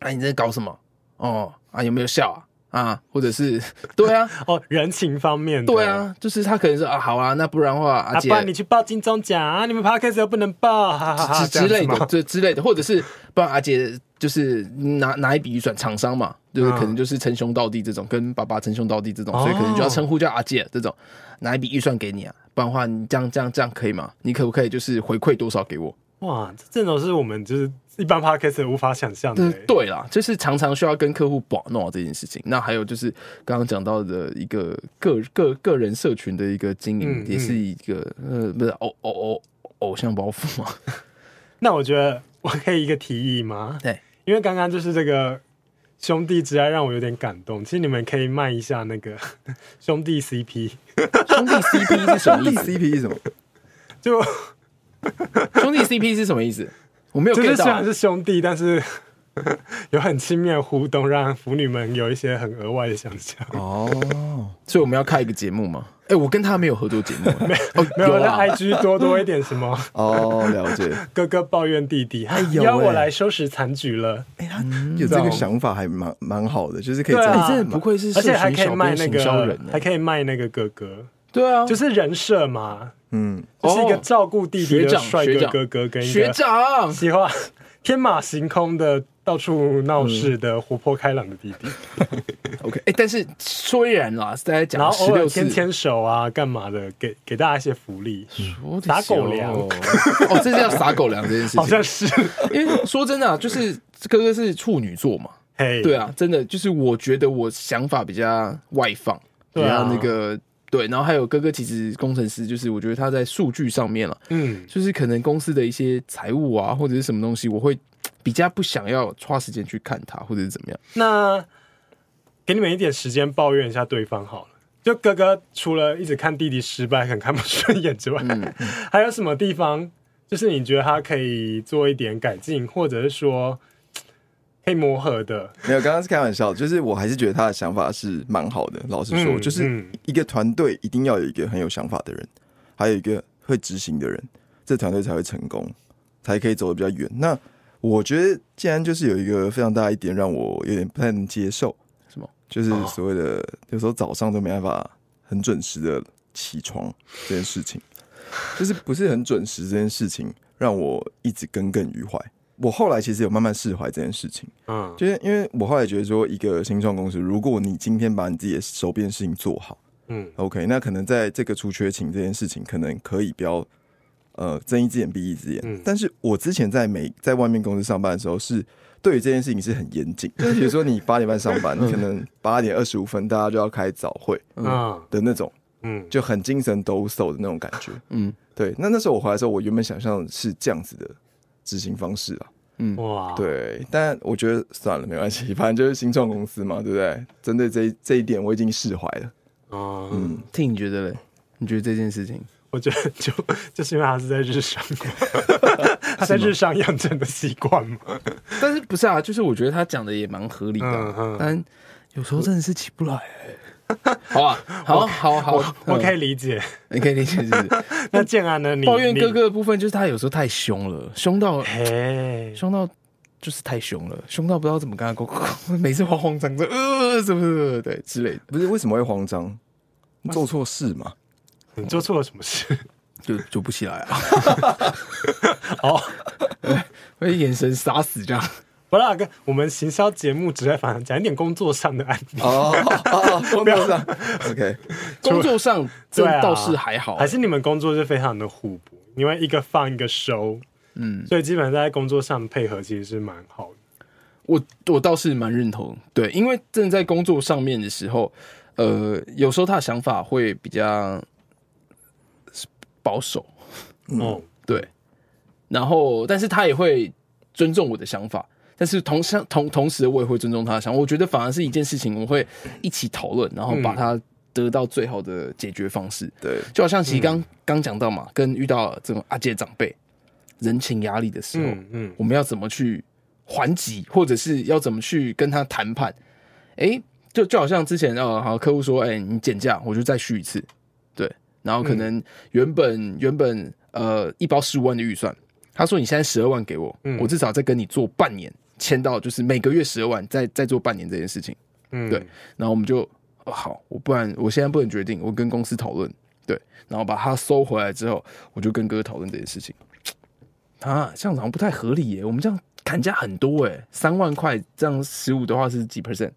Speaker 2: 哎、你在搞什么？哦，啊，有没有笑啊？啊，或者是 对啊，
Speaker 1: 哦，人情方面的，
Speaker 2: 对，啊，就是他可能说啊，好啊，那不然的话，阿
Speaker 1: 阿
Speaker 2: 姐、
Speaker 1: 爸你去报金钟奖啊，你们 podcast 又不能报，哈哈哈
Speaker 2: 之之
Speaker 1: 这样
Speaker 2: 类，
Speaker 1: 子
Speaker 2: 的，
Speaker 1: 吗
Speaker 2: 这之类的，或者是不然阿姐就是拿拿一笔预算，厂商嘛，就是
Speaker 1: 嗯
Speaker 2: 可能就是称兄道弟这种，跟爸爸称兄道弟这种，
Speaker 1: 哦
Speaker 2: 所以可能就要称呼叫阿姐这种，拿一笔预算给你啊，不然的话你这样这样这样可以吗？你可不可以就是回馈多少给我？
Speaker 1: 哇，这真的是我们就是一般 podcast 无法想象的
Speaker 2: 对
Speaker 1: 欸，
Speaker 2: 嗯对啦，就是常常需要跟客户把弄好啊这件事情。那还有就是刚刚讲到的一个个个个人社群的一个经营，
Speaker 1: 嗯
Speaker 2: 也是一个呃不是偶偶偶偶像包袱嘛，
Speaker 1: 那我觉得我可以一个提议吗？
Speaker 2: 对，
Speaker 1: 因为刚刚就是这个兄弟之爱让我有点感动。其实你们可以卖一下那个 兄弟 CP，
Speaker 2: 兄弟 CP 是什么
Speaker 3: 兄
Speaker 2: 意
Speaker 3: 弟
Speaker 2: 思？
Speaker 3: CP 是什么？
Speaker 1: 就
Speaker 2: 兄弟 CP 是什么意思？我没有
Speaker 1: 就是
Speaker 2: get
Speaker 1: 虽
Speaker 2: 到啊
Speaker 1: 然。是兄弟，但是 有很亲密的互动，让腐女们有一些很额外的想 象。
Speaker 3: 哦，
Speaker 2: 所以我们要开一个节目嘛？哎、我跟他没有合作节目，哦，
Speaker 1: 没有，在
Speaker 2: 啊，
Speaker 1: IG 多多一点什么
Speaker 3: 哦，了解。
Speaker 1: 哥哥抱怨弟弟，哎
Speaker 3: 有
Speaker 1: 要我
Speaker 3: 欸
Speaker 1: 来收拾残局了，
Speaker 3: 哎，他有这个想法还蛮蛮好的，就是可以
Speaker 1: 对
Speaker 3: 这
Speaker 1: 啊
Speaker 2: 你
Speaker 3: 样
Speaker 2: 真的不愧是社
Speaker 1: 而且还
Speaker 2: 群
Speaker 1: 可以
Speaker 2: 小
Speaker 1: 卖
Speaker 2: 编
Speaker 1: 那
Speaker 2: 行销
Speaker 1: 个
Speaker 2: 人，欸
Speaker 1: 还可以卖那个哥哥，
Speaker 2: 对啊，
Speaker 1: 就是是人设嘛，
Speaker 3: 嗯，
Speaker 1: 就是一个
Speaker 2: 哦
Speaker 1: 照顾弟弟
Speaker 2: 学
Speaker 1: 的
Speaker 2: 长
Speaker 1: 帅
Speaker 2: 学
Speaker 1: 哥
Speaker 2: 长
Speaker 1: 哥哥跟一
Speaker 2: 学
Speaker 1: 个
Speaker 2: 长，
Speaker 1: 喜欢天马行空的、到处闹事
Speaker 2: 嗯
Speaker 1: 的、活泼开朗的弟弟，
Speaker 2: OK，哎、但是虽然啦，大家
Speaker 1: 然后
Speaker 2: 讲十
Speaker 1: 偶尔
Speaker 2: 六
Speaker 1: 牵
Speaker 2: 次，
Speaker 1: 牵手啊，干嘛的，给给大家一些福利，
Speaker 2: 我的
Speaker 1: 撒狗
Speaker 2: 小
Speaker 1: 粮
Speaker 2: 哦，这叫撒狗粮这件事
Speaker 1: 好
Speaker 2: 情。
Speaker 1: 像是，
Speaker 2: 因为说真的、啊，就是哥哥是处女座嘛，
Speaker 1: 嘿，
Speaker 2: 对，啊，真的就是我觉得我想法比较外放，比
Speaker 1: 对啊
Speaker 2: 较那个对，然后还有哥哥其实工程师，就是我觉得他在数据上面了、
Speaker 1: 嗯，
Speaker 2: 就是可能公司的一些财务啊，或者是什么东西，我会比较不想要花时间去看它，或者是怎么样。
Speaker 1: 那给你们一点时间抱怨一下对方好了。就哥哥除了一直看弟弟失败很看不顺眼之外，
Speaker 2: 嗯
Speaker 1: 还有什么地方就是你觉得他可以做一点改进，或者是说可以磨合的？
Speaker 3: 没有，刚刚是开玩笑，就是我还是觉得他的想法是蛮好的。老实说，
Speaker 1: 嗯
Speaker 3: 就是
Speaker 1: 嗯
Speaker 3: 一个团队一定要有一个很有想法的人，还有一个会执行的人，这团队才会成功，才可以走得比较远。那我觉得，既然就是有一个非常大一点让我有点不太能接受，
Speaker 2: 什么？哦
Speaker 3: 就是所谓的、有时候早上都没办法很准时的起床这件事情，就是不是很准时这件事情，让我一直耿耿于怀。我后来其实有慢慢释怀这件事情。
Speaker 1: 嗯，
Speaker 3: 就是因为我后来觉得说，一个新创公司，如果你今天把你自己的手边的事情做好
Speaker 1: 嗯
Speaker 3: ，OK，那可能在这个出缺勤这件事情，可能可以不要呃睁一只眼闭一只眼。
Speaker 1: 嗯
Speaker 3: 但是我之前在美在外面公司上班的时候是，对于这件事情是很严谨，就是比如说你八点半上班，可能八点二十五分大家就要开早会
Speaker 1: 嗯
Speaker 3: 的那种，
Speaker 1: 嗯，
Speaker 3: 就很精神抖擞的那种感觉。
Speaker 2: 嗯
Speaker 3: 对，那那时候我回来的时候，我原本想象是这样子的执行方式啊。
Speaker 1: 哇，
Speaker 3: 对，但我觉得算了，没关系， 反正就是新创公司嘛，对不对？针对这一这一点，我已经释怀了。
Speaker 1: 嗯，
Speaker 2: 听你觉得嘞？你觉得这件事情？
Speaker 1: 我觉得就 就是因为他是在日商， 他在日商养成的习惯嘛。
Speaker 2: 但是不是啊？就是我觉得他讲的也蛮合理的啊、
Speaker 1: 嗯嗯
Speaker 2: 但有时候真的是起不来、 欸。好啊，好，好，好，
Speaker 1: 我可
Speaker 2: 以，
Speaker 1: 以理解。
Speaker 2: 你可以理解， 是不是？
Speaker 1: 那建安呢？你
Speaker 2: 抱怨
Speaker 1: 你
Speaker 2: 哥哥的部分就是他有时候太凶了，凶到
Speaker 1: 嘿，
Speaker 2: 凶到就是太凶了，凶到不知道怎么跟他沟 通，每次慌慌张张，呃，什么什么的对之类的，
Speaker 3: 不是为什么会慌张？你做错事嘛？
Speaker 1: 你做错了什么事？
Speaker 2: 就就不起来 啊。
Speaker 1: 哦，
Speaker 2: 会眼神杀死这样。
Speaker 1: 不啦，哥，我们行销节目只在反正讲一点工作上的案例，
Speaker 3: 哦，哦 工作上，OK，
Speaker 2: 工作上 这
Speaker 1: 对啊
Speaker 2: 倒是还好，
Speaker 1: 还是你们工作是非常的互补，因为一个放一个收，
Speaker 2: 嗯，
Speaker 1: 所以基本上在工作上配合其实是蛮好的。
Speaker 2: 我我倒是蛮认同，对，因为正在工作上面的时候，呃，有时候他的想法会比较保守，嗯
Speaker 1: 哦，
Speaker 2: 对，然后但是他也会尊重我的想法。但是同相同同时，我也会尊重他的想法。我觉得反而是一件事情，我会一起讨论，然后把它得到最好的解决方式。
Speaker 3: 对，
Speaker 2: 就好像其实刚刚讲到嘛，跟遇到这种阿姐长辈人情压力的时候，
Speaker 1: 嗯嗯，
Speaker 2: 我们要怎么去还击，或者是要怎么去跟他谈判？诶，就就好像之前呃，好客户说，哎、你减价，我就再续一次，对，然后可能原本原本呃一包十五万的预算，他说你现在十二万给我，我至少再跟你做半年，签到就是每个月十二万，再再做半年这件事情。
Speaker 1: 嗯，
Speaker 2: 对，然后我们就、哦、好，我不然我现在不能决定，我跟公司讨论，对，然后把它收回来之后，我就跟哥哥讨论这件事情。啊，这样子好像不太合理耶，我们这样砍价很多哎，三万块这样十五的话是几 percent？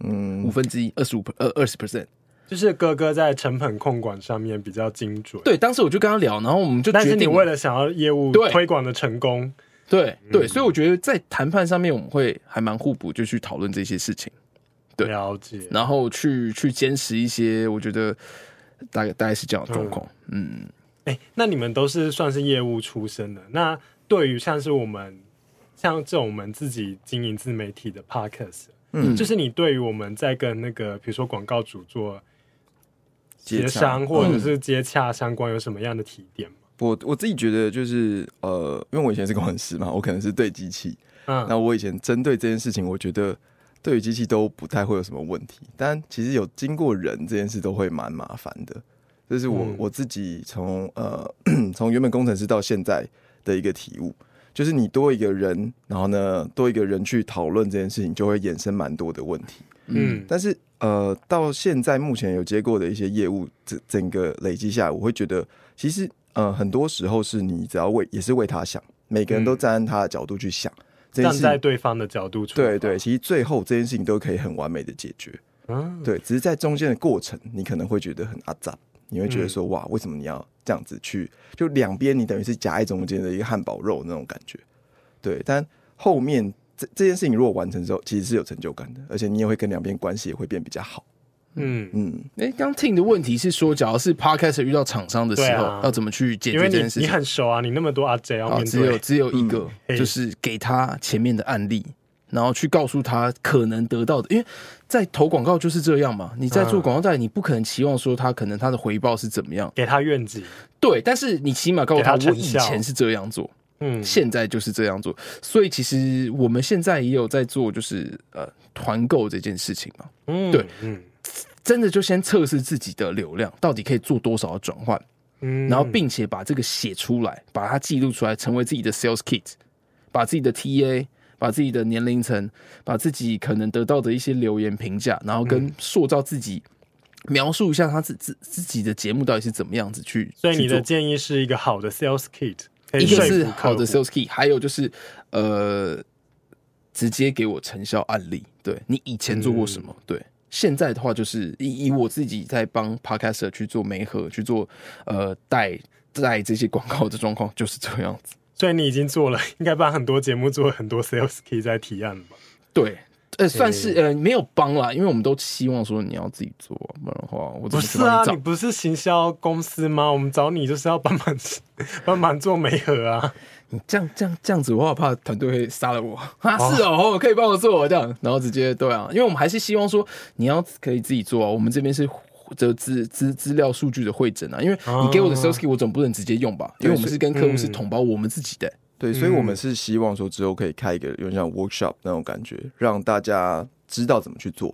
Speaker 3: 嗯，
Speaker 2: 五分之一，二十五呃二十 percent。
Speaker 1: 就是哥哥在成本控管上面比较精准。
Speaker 2: 对，当时我就跟他聊，然后我们就
Speaker 1: 但
Speaker 2: 决
Speaker 1: 是你
Speaker 2: 定
Speaker 1: 为了嗯想要业务
Speaker 2: 对
Speaker 1: 推广的成功，
Speaker 2: 对对，所以我觉得在谈判上面我们会还蛮互补，就去讨论这些事
Speaker 1: 嗯
Speaker 2: 情。对
Speaker 1: 了解。
Speaker 2: 然后去去坚持一些，我觉得大概大概是这样的状况。嗯，
Speaker 1: 哎、那你们都是算是业务出身的，那对于像是我们像这种我们自己经营自媒体的 podcast，
Speaker 3: 嗯
Speaker 1: 就是你对于我们在跟那个比如说广告主做协
Speaker 3: 接洽
Speaker 1: 商或者
Speaker 2: 嗯
Speaker 1: 是接洽相关有什么样的提点吗？
Speaker 3: 我我自己觉得就是呃，因为我以前是工程师嘛，我可能是对机器，
Speaker 1: 嗯，
Speaker 3: 那我以前针对这件事情，我觉得对于机器都不太会有什么问题，但其实有经过人这件事都会蛮麻烦的。这是我、
Speaker 1: 嗯
Speaker 3: 我自己从呃从原本工程师到现在的一个体悟，就是你多一个人，然后呢多一个人去讨论这件事情，就会衍生蛮多的问题。
Speaker 1: 嗯
Speaker 3: 但是呃，到现在目前有接过的一些业务，整整个累积下来，我会觉得其实呃，很多时候是你只要为也是为他想，每个人都
Speaker 1: 嗯
Speaker 3: 站在他的角度去想。这件
Speaker 1: 站
Speaker 3: 事
Speaker 1: 在
Speaker 3: 情。
Speaker 1: 对方的角度出发，
Speaker 3: 对对，其实最后这件事情都可以很完美的解决。
Speaker 1: 嗯，
Speaker 3: 对，只是在中间的过程，你可能会觉得很阿杂，你会觉得说、哇，为什么你要这样子去？就两边你等于是夹在中间的一个汉堡肉那种感觉。对，但后面这这件事情如果完成之后，其实是有成就感的，而且你也会跟两边关系也会变比较好。
Speaker 1: 嗯，
Speaker 3: 嗯，
Speaker 2: 哎，刚 Ting 的问题是说，假如是 Podcast 遇到厂商的时
Speaker 1: 对
Speaker 2: 候，
Speaker 1: 啊
Speaker 2: 要怎么去解
Speaker 1: 因
Speaker 2: 决
Speaker 1: 为
Speaker 2: 这件
Speaker 1: 你
Speaker 2: 事
Speaker 1: 你
Speaker 2: 情？
Speaker 1: 很熟啊，你那么多阿 J 要
Speaker 2: 好，
Speaker 1: 面
Speaker 2: 只有
Speaker 1: 对，
Speaker 2: 只有一个，
Speaker 1: 嘿
Speaker 2: 就是给他前面的案例，然后去告诉他可能得到的，因为在投广告就是这样嘛。你在做
Speaker 1: 嗯
Speaker 2: 广告代理，你不可能期望说他可能他的回报是怎么样，
Speaker 1: 给他愿景，
Speaker 2: 对，但是你起码告诉他，
Speaker 1: 给他
Speaker 2: 我
Speaker 1: 成
Speaker 2: 以
Speaker 1: 效
Speaker 2: 前是这样做，
Speaker 1: 嗯，
Speaker 2: 现在就是这样做。所以其实我们现在也有在做，就是呃团购这件事情嘛。
Speaker 1: 嗯，
Speaker 2: 对，
Speaker 1: 嗯
Speaker 2: 真的就先测试自己的流量到底可以做多少的转换，
Speaker 1: 嗯，
Speaker 2: 然后并且把这个写出来，把它记录出来，成为自己的 sales kit，把自己的 TA，把自己的年龄层，把自己可能得到的一些留言评价，然后
Speaker 1: 嗯
Speaker 2: 跟塑造自己，描述一下他自自自己的节目到底是怎么样子去。
Speaker 1: 所以你的
Speaker 2: 去做
Speaker 1: 建议是一个好的 sales kit，可以
Speaker 2: 一个
Speaker 1: 说
Speaker 2: 是
Speaker 1: 服
Speaker 2: 好
Speaker 1: 客户
Speaker 2: 的 sales key，还有就是呃，直接给我成效案例，对你以前做过什
Speaker 1: 嗯
Speaker 2: 么？对，现在的话就是以以我自己在帮 podcaster 去做媒合，去做呃带带这些广告的状况就是这样子。
Speaker 1: 所以你已经做了， 应该帮很多节目做了很多 sales key 在提案了吧？
Speaker 2: 对，呃，算是呃没有帮啦，因为我们都希望说你要自己做，啊不然的话我
Speaker 1: 不
Speaker 2: 怎么去
Speaker 1: 是
Speaker 2: 帮
Speaker 1: 啊
Speaker 2: 你，
Speaker 1: 你
Speaker 2: 找？
Speaker 1: 不是行销公司吗？我们找你就是要帮忙帮忙做媒合啊。
Speaker 2: 你这样这样这样子的话，我怕团队会杀了我 啊！是哦，哦可以帮我做这样，然后直接对啊，因为我们还是希望说你要可以自己做啊。我们这边是这资资资料数据的会诊啊，因为你给我的
Speaker 1: 哦
Speaker 2: sales key 我总不能直接用吧？因
Speaker 3: 对
Speaker 2: 为我们是跟客户
Speaker 1: 嗯
Speaker 2: 是统包我们自己的、
Speaker 3: 对，所以我们
Speaker 2: 嗯
Speaker 3: 是希望说之后可以开一个有点像 workshop 那种感觉，让大家知道怎么去做。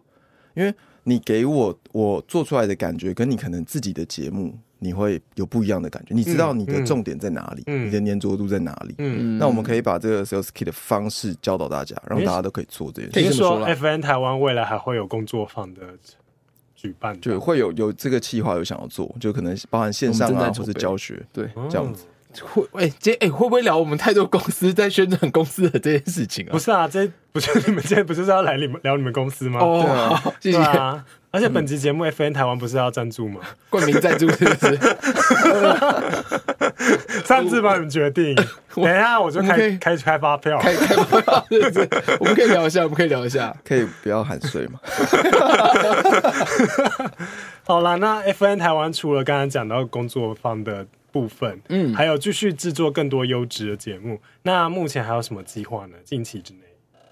Speaker 3: 因为你给我我做出来的感觉，跟你可能自己的节目，你会有不一样的感觉。你知
Speaker 2: 嗯
Speaker 3: 道你的重点在哪里，
Speaker 1: 嗯嗯
Speaker 3: 你的粘着度在哪里。
Speaker 1: 嗯
Speaker 3: 那我们可以把这个 sales kit 的方式教导大家，让大家都可以做这件
Speaker 2: 可以
Speaker 1: 听
Speaker 3: 事。
Speaker 2: 这么说
Speaker 1: 说
Speaker 2: 啦
Speaker 1: FN 台湾未来还会有工作坊的举办吧，
Speaker 3: 就会有有这个计划有想要做，就可能包含线上
Speaker 2: 我们正
Speaker 3: 啊，
Speaker 2: 在
Speaker 3: 或
Speaker 2: 准备哦
Speaker 3: 是教学
Speaker 2: 对。
Speaker 1: 嗯
Speaker 3: 这样子。
Speaker 2: 会哎、今天哎、会不会聊我们太多公司在宣传公司的这件事情啊
Speaker 1: 不？是啊，这不是你们今天不就是要来你们聊你们公司吗？
Speaker 2: 哦，
Speaker 3: 对啊
Speaker 2: 好，谢
Speaker 1: 对
Speaker 2: 谢、
Speaker 1: 啊。而且本集节目 FN 台湾不是要赞助吗？
Speaker 2: 冠名赞助是不是？
Speaker 1: 擅自帮你们决定。等一下我就
Speaker 2: 我们可
Speaker 1: 开
Speaker 2: 以
Speaker 1: 开开发票，
Speaker 2: 开开不了，是不是我们可以聊一下，我们可以聊一下。
Speaker 3: 可以不要喊税 嘛？
Speaker 1: 好啦，那 FN 台湾除了刚刚讲到工作方的部分，嗯，还有继续制作更多优质的节目。那目前还有什么计划呢？近期之内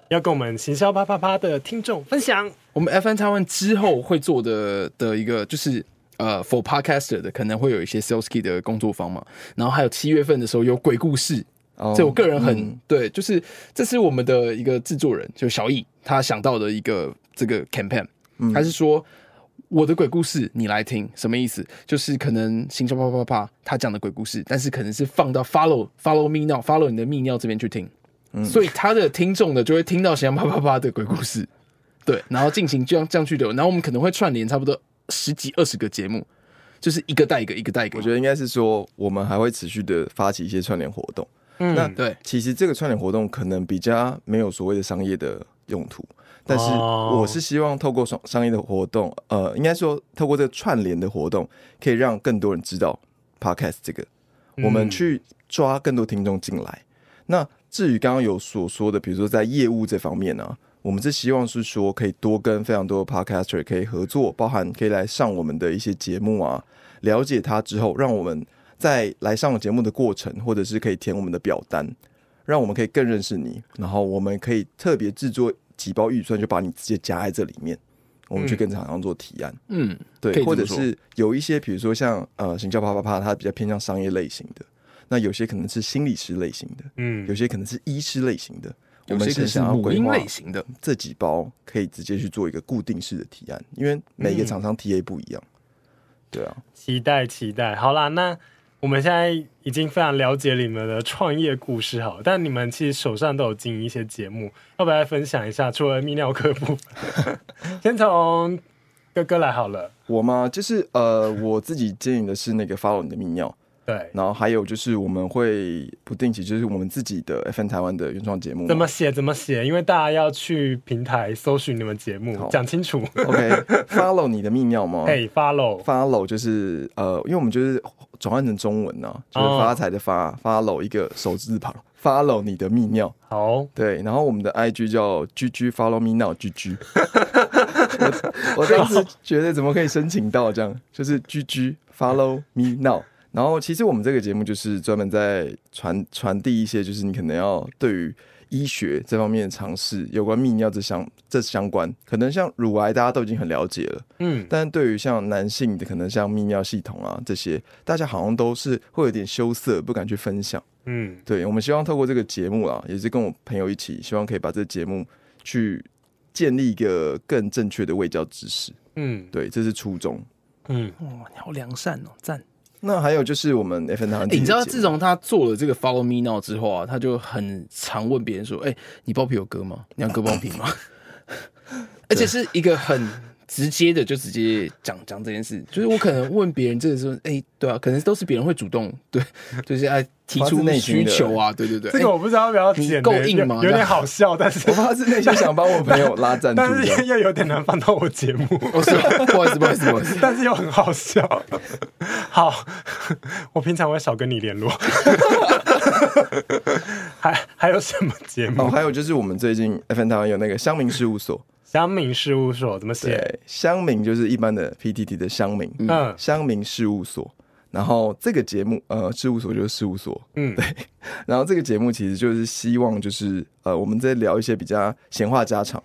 Speaker 1: 要跟我们行销啪啪啪的听众分享。
Speaker 2: 我们 FN 台湾之后会做的的一个就是。呃、f o r podcaster 的可能会有一些 sales key 的工作坊嘛，然后还有七月份的时候有鬼故事，
Speaker 3: 哦
Speaker 2: 这我个人很、
Speaker 3: 嗯
Speaker 2: 对，就是这是我们
Speaker 3: 嗯
Speaker 2: 的一个制作人，就小易他想到的一个这个 campaign，、他是说我的鬼故事你来听，什么意思？就是可能行销啪啪啪啪他讲的鬼故事，但是可能是放到 follow follow me now follow 你的泌尿这边去听，
Speaker 3: 嗯
Speaker 2: 所以他的听众呢就会听到行销啪啪啪的鬼故事，对，然后进行这样这样去流，然后我们可能会串联差不多十几二十个节目，就是一个带一个，一个带一个，
Speaker 3: 我觉得应该是说，我们还会持续的发起一些串联活动。那
Speaker 1: 嗯，
Speaker 2: 对
Speaker 3: 其实这个串联活动可能比较没有所谓的商业的用途，但是
Speaker 1: 哦
Speaker 3: 我是希望透过商商业的活动，呃，应该说透过这个串联的活动，可以让更多人知道 podcast 这个，我们去抓更多听众进来。那至于刚刚有所说的，比如说在业务这方面呢、我们是希望是说可以多跟非常多的 podcaster 可以合作，包含可以来上我们的一些节目啊，了解他之后，让我们在来上节目的过程，或者是可以填我们的表单，让我们可以更认识你，然后我们可以特别制作几包预算，就把你直接夹在这里面，我们去跟厂商做提案，
Speaker 2: 嗯，可以
Speaker 3: 对，
Speaker 2: 这么
Speaker 3: 或者
Speaker 2: 说
Speaker 3: 是有一些比如说像呃行销啪啪啪，它比较偏向商业类型的，那有些可能是心理师类型的，
Speaker 1: 嗯
Speaker 3: 有些可能是医师类型的，我
Speaker 2: 有
Speaker 3: 们
Speaker 2: 些可
Speaker 3: 是
Speaker 2: 能是
Speaker 3: 想要
Speaker 2: 母
Speaker 3: 规
Speaker 2: 婴
Speaker 3: 划
Speaker 2: 类型的，
Speaker 3: 这几包可以直接去做一个固定式的提案，因为每
Speaker 2: 嗯
Speaker 3: 一个厂商 TA 不一样，对啊，
Speaker 1: 期待期待。好啦，那我们现在已经非常了解你们的创业故事，好，但你们其实手上都有经营一些节目，要不要来分享一下？除了泌尿科 部分，先从哥哥来好了。
Speaker 3: 我嘛就是呃我自己经营的是那个 follow 你的泌尿。
Speaker 1: 对，
Speaker 3: 然后还有就是我们会不定期，就是我们自己的 FN 台湾的原创节目嘛。
Speaker 1: 怎么写怎么写，因为大家要去平台搜寻你们节目，
Speaker 3: 好
Speaker 1: 讲清楚。
Speaker 3: OK？Follow 你的泌尿吗？
Speaker 1: 哎、f o l l o w
Speaker 3: follow 就是呃，因为我们就是转换成中文呢、啊就是
Speaker 1: 哦
Speaker 3: 发财的发、follow 一个手字旁，follow 你的泌尿。
Speaker 1: 好，
Speaker 3: 对，然后我们的 IG 叫 GG follow me now GG。我我当时觉得怎么可以申请到这样，就是 GG follow me now。然后其实我们这个节目就是专门在传传递一些，就是你可能要对于医学这方面的尝试，有关泌尿这相这相关，可能像乳癌大家都已经很了解了，
Speaker 1: 嗯，
Speaker 3: 但对于像男性的可能像泌尿系统啊这些，大家好像都是会有点羞涩，不敢去分享。
Speaker 1: 嗯，
Speaker 3: 对，我们希望透过这个节目啊，也是跟我朋友一起，希望可以把这个节目去建立一个更正确的卫教知识。
Speaker 1: 嗯，
Speaker 3: 对，哎这是初衷。
Speaker 1: 嗯，
Speaker 2: 哇，你好良善哦，赞。
Speaker 3: 那还有就是我们 FN 堂，
Speaker 2: 欸你知道自从他做了这个 Follow Me Now 之后啊，他就很常问别人说：“哎、你包皮有割吗？你要割包皮吗？” 而且是一个很直接的，就直接讲讲这件事。就是我可能问别人这个时候，哎、对啊，可能都是别人会主动对，就是哎提
Speaker 3: 发自
Speaker 2: 出
Speaker 3: 内
Speaker 2: 需
Speaker 3: 心的
Speaker 2: 求啊，对对 对。
Speaker 1: 这个
Speaker 2: 欸
Speaker 1: 我不知道要不要剪、
Speaker 2: 你够硬吗
Speaker 1: 有有点好笑，但是
Speaker 3: 我发自内心想帮我朋友拉 赞助
Speaker 1: 但
Speaker 3: 这
Speaker 1: 是
Speaker 3: 样。
Speaker 1: 又有点难放到我节目，
Speaker 2: 哦，是吗，不好意思，不好意思，不好意思。
Speaker 1: 但是又很好笑。 好，我平常会少跟你联络。 还还有什么节
Speaker 3: 哦，
Speaker 1: 目？
Speaker 3: 还有就是我们最近 FN 台湾有那个乡民事务所，
Speaker 1: 乡民事务所怎么写？
Speaker 3: 对，乡民就是一般的 PTT 的乡民，
Speaker 1: 嗯
Speaker 3: 乡民事务所。然后这个节目，呃，事务所就是事务所，
Speaker 1: 嗯，
Speaker 3: 然后这个节目其实就是希望就是呃，我们在聊一些比较闲话家常，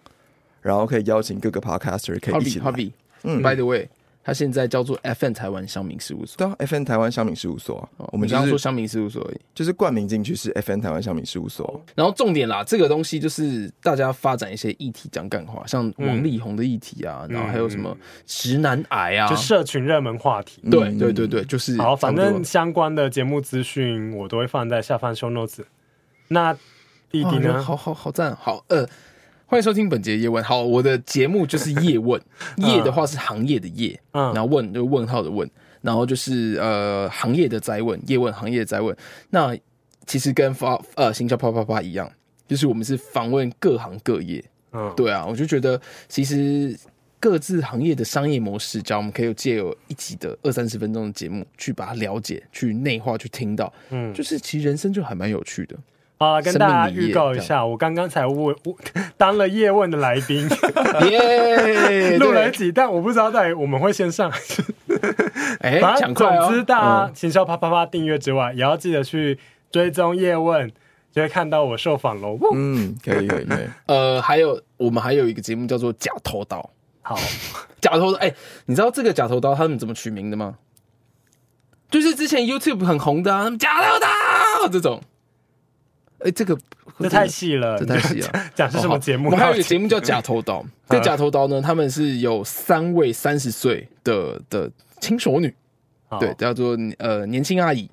Speaker 3: 然后可以邀请各个 podcaster 可以一起
Speaker 2: Hobby
Speaker 3: 来。
Speaker 2: Hobby，嗯，By the way，他现在叫做 FN 台湾乡民事务所。
Speaker 3: 对啊，FN 台湾乡民事务所啊，我
Speaker 2: 哦
Speaker 3: 们
Speaker 2: 你
Speaker 3: 就
Speaker 2: 刚刚说
Speaker 3: 是
Speaker 2: 乡民事务所而已。
Speaker 3: 就是冠名进去是 FN 台湾乡民事务所，
Speaker 2: 然后重点啦，这个东西就是大家发展一些议题讲干话，像王力宏的议题啊，然后还有什么直男癌啊，
Speaker 1: 嗯就社群热门话题。
Speaker 2: 对对对对，就是
Speaker 1: 好，反
Speaker 2: 嗯差不
Speaker 1: 正
Speaker 2: 多
Speaker 1: 相关的节目资讯我都会放在下方 show notes。那弟弟
Speaker 2: 哇
Speaker 1: 呢？
Speaker 2: 哦好好好赞，好呃。欢迎收听本节叶问。好，我的节目就是叶问，叶的话是行业的叶，
Speaker 1: 嗯
Speaker 2: 然后问就是问号的问，然后就是呃行业的灾问，叶问行业的灾问。那其实跟发呃行销啪啪啪一样，就是我们是访问各行各业，
Speaker 1: 嗯，
Speaker 2: 对啊，我就觉得其实各自行业的商业模式，只要我们可以借由一集的二三十分钟的节目去把它了解、去内化、去听到，
Speaker 1: 嗯
Speaker 2: 嗯，就是其实人生就还蛮有趣 的。
Speaker 1: 好了，跟大家
Speaker 2: 生命里
Speaker 1: 预
Speaker 2: 业
Speaker 1: 告一下，我刚刚才问 我当了叶问的来 宾，
Speaker 2: 耶，
Speaker 1: 录了
Speaker 2: 对
Speaker 1: 一集，但我不知道到底我们会先上还是
Speaker 2: 哎，
Speaker 1: 反正
Speaker 2: 讲快哦
Speaker 1: 总之，大家行销啪啪啪订阅之外，也要记得去追踪叶问，就会看到我受访喽。呜
Speaker 3: 嗯，可以可以可 以，
Speaker 2: 呃，还有我们还有一个节目叫做《假头刀》，
Speaker 1: 好，
Speaker 2: 假头刀，哎、你知道这个假头刀他们怎么取名的吗？就是之前 YouTube 很红的、啊、假头刀这种。哎、这个
Speaker 1: 这太细了，
Speaker 2: 这太细了。
Speaker 1: 讲是什么节目？
Speaker 2: 哦
Speaker 1: 嗯
Speaker 2: 我们还有一个节目叫《假头刀》，这《假头刀》呢，他们是有三位三十岁的的轻熟女，
Speaker 1: 好
Speaker 2: 对，，叫做呃年轻阿姨，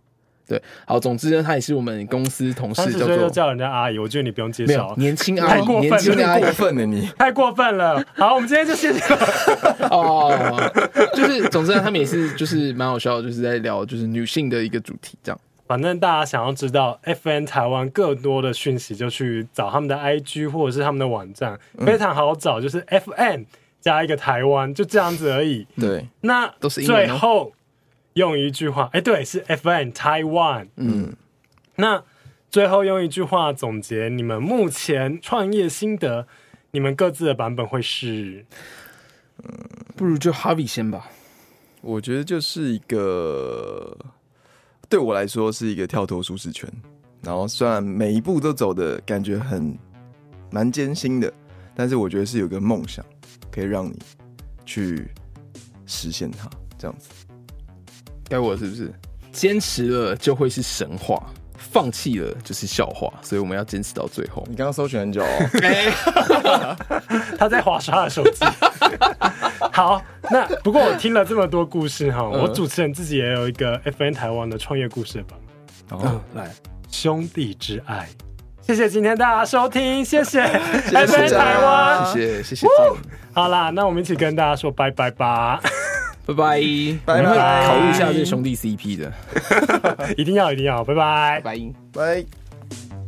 Speaker 2: 对，好，总之呢，她也是我们公司同
Speaker 1: 三
Speaker 2: 事，
Speaker 1: 十
Speaker 2: 叫
Speaker 1: 岁就
Speaker 2: 做
Speaker 1: 叫人家阿姨，我觉得你不用介
Speaker 2: 没
Speaker 1: 绍
Speaker 2: 有，年轻阿
Speaker 1: 太
Speaker 2: 姨，
Speaker 1: 过分了
Speaker 2: 年轻阿
Speaker 3: 太
Speaker 2: 姨
Speaker 3: 过分了你。
Speaker 1: 太过分了。好，我们今天就谢 谢了。
Speaker 2: 哦，就是总之呢，他们也是就是蛮好笑的，就是在聊就是女性的一个主题这样。
Speaker 1: 反正大家想要知道 FN 台湾更多的讯息，就去找他们的 IG 或者是他们的网站，
Speaker 2: 嗯
Speaker 1: 非常好找，就是 FN 加一个台湾，就这样子而
Speaker 2: 嗯
Speaker 1: 已。
Speaker 3: 对，
Speaker 1: 那
Speaker 2: 都是英文哦
Speaker 1: 最后用一句话，哎、对，是 FN 台湾。
Speaker 2: 嗯，
Speaker 1: 那最后用一句话总结你们目前创业心得，你们各自的版本会是
Speaker 2: 不如就 Harvey 先吧。
Speaker 3: 我觉得就是一个对我来说是一个跳脱舒适圈，然后虽然每一步都走的感觉很蛮艰辛的，但是我觉得是有个梦想可以让你去实现它，这样子。
Speaker 2: 该我是不是？坚持了就会是神话，放弃了就是笑话，所以我们要坚持到最后。
Speaker 3: 你刚刚搜寻很久、哦，
Speaker 1: 他在划刷的手机。 好，那不过我听了这么多故事哈，
Speaker 2: 嗯
Speaker 1: 我主持人自己也有一个 FN 台湾的创业故事吧，
Speaker 3: 然
Speaker 2: 嗯
Speaker 3: 后，
Speaker 2: 来，
Speaker 1: 兄弟之爱。谢谢今天大家收听，谢 谢 FN 台湾。
Speaker 2: 谢谢谢谢，Jane，
Speaker 1: 好啦，那我们一起跟大家说拜拜吧，
Speaker 2: 拜拜，
Speaker 3: 拜
Speaker 2: 我们会
Speaker 1: 拜
Speaker 2: 考虑一下这兄弟 CP 的，
Speaker 1: 一定要一定要，拜拜。
Speaker 2: 拜。
Speaker 3: 拜。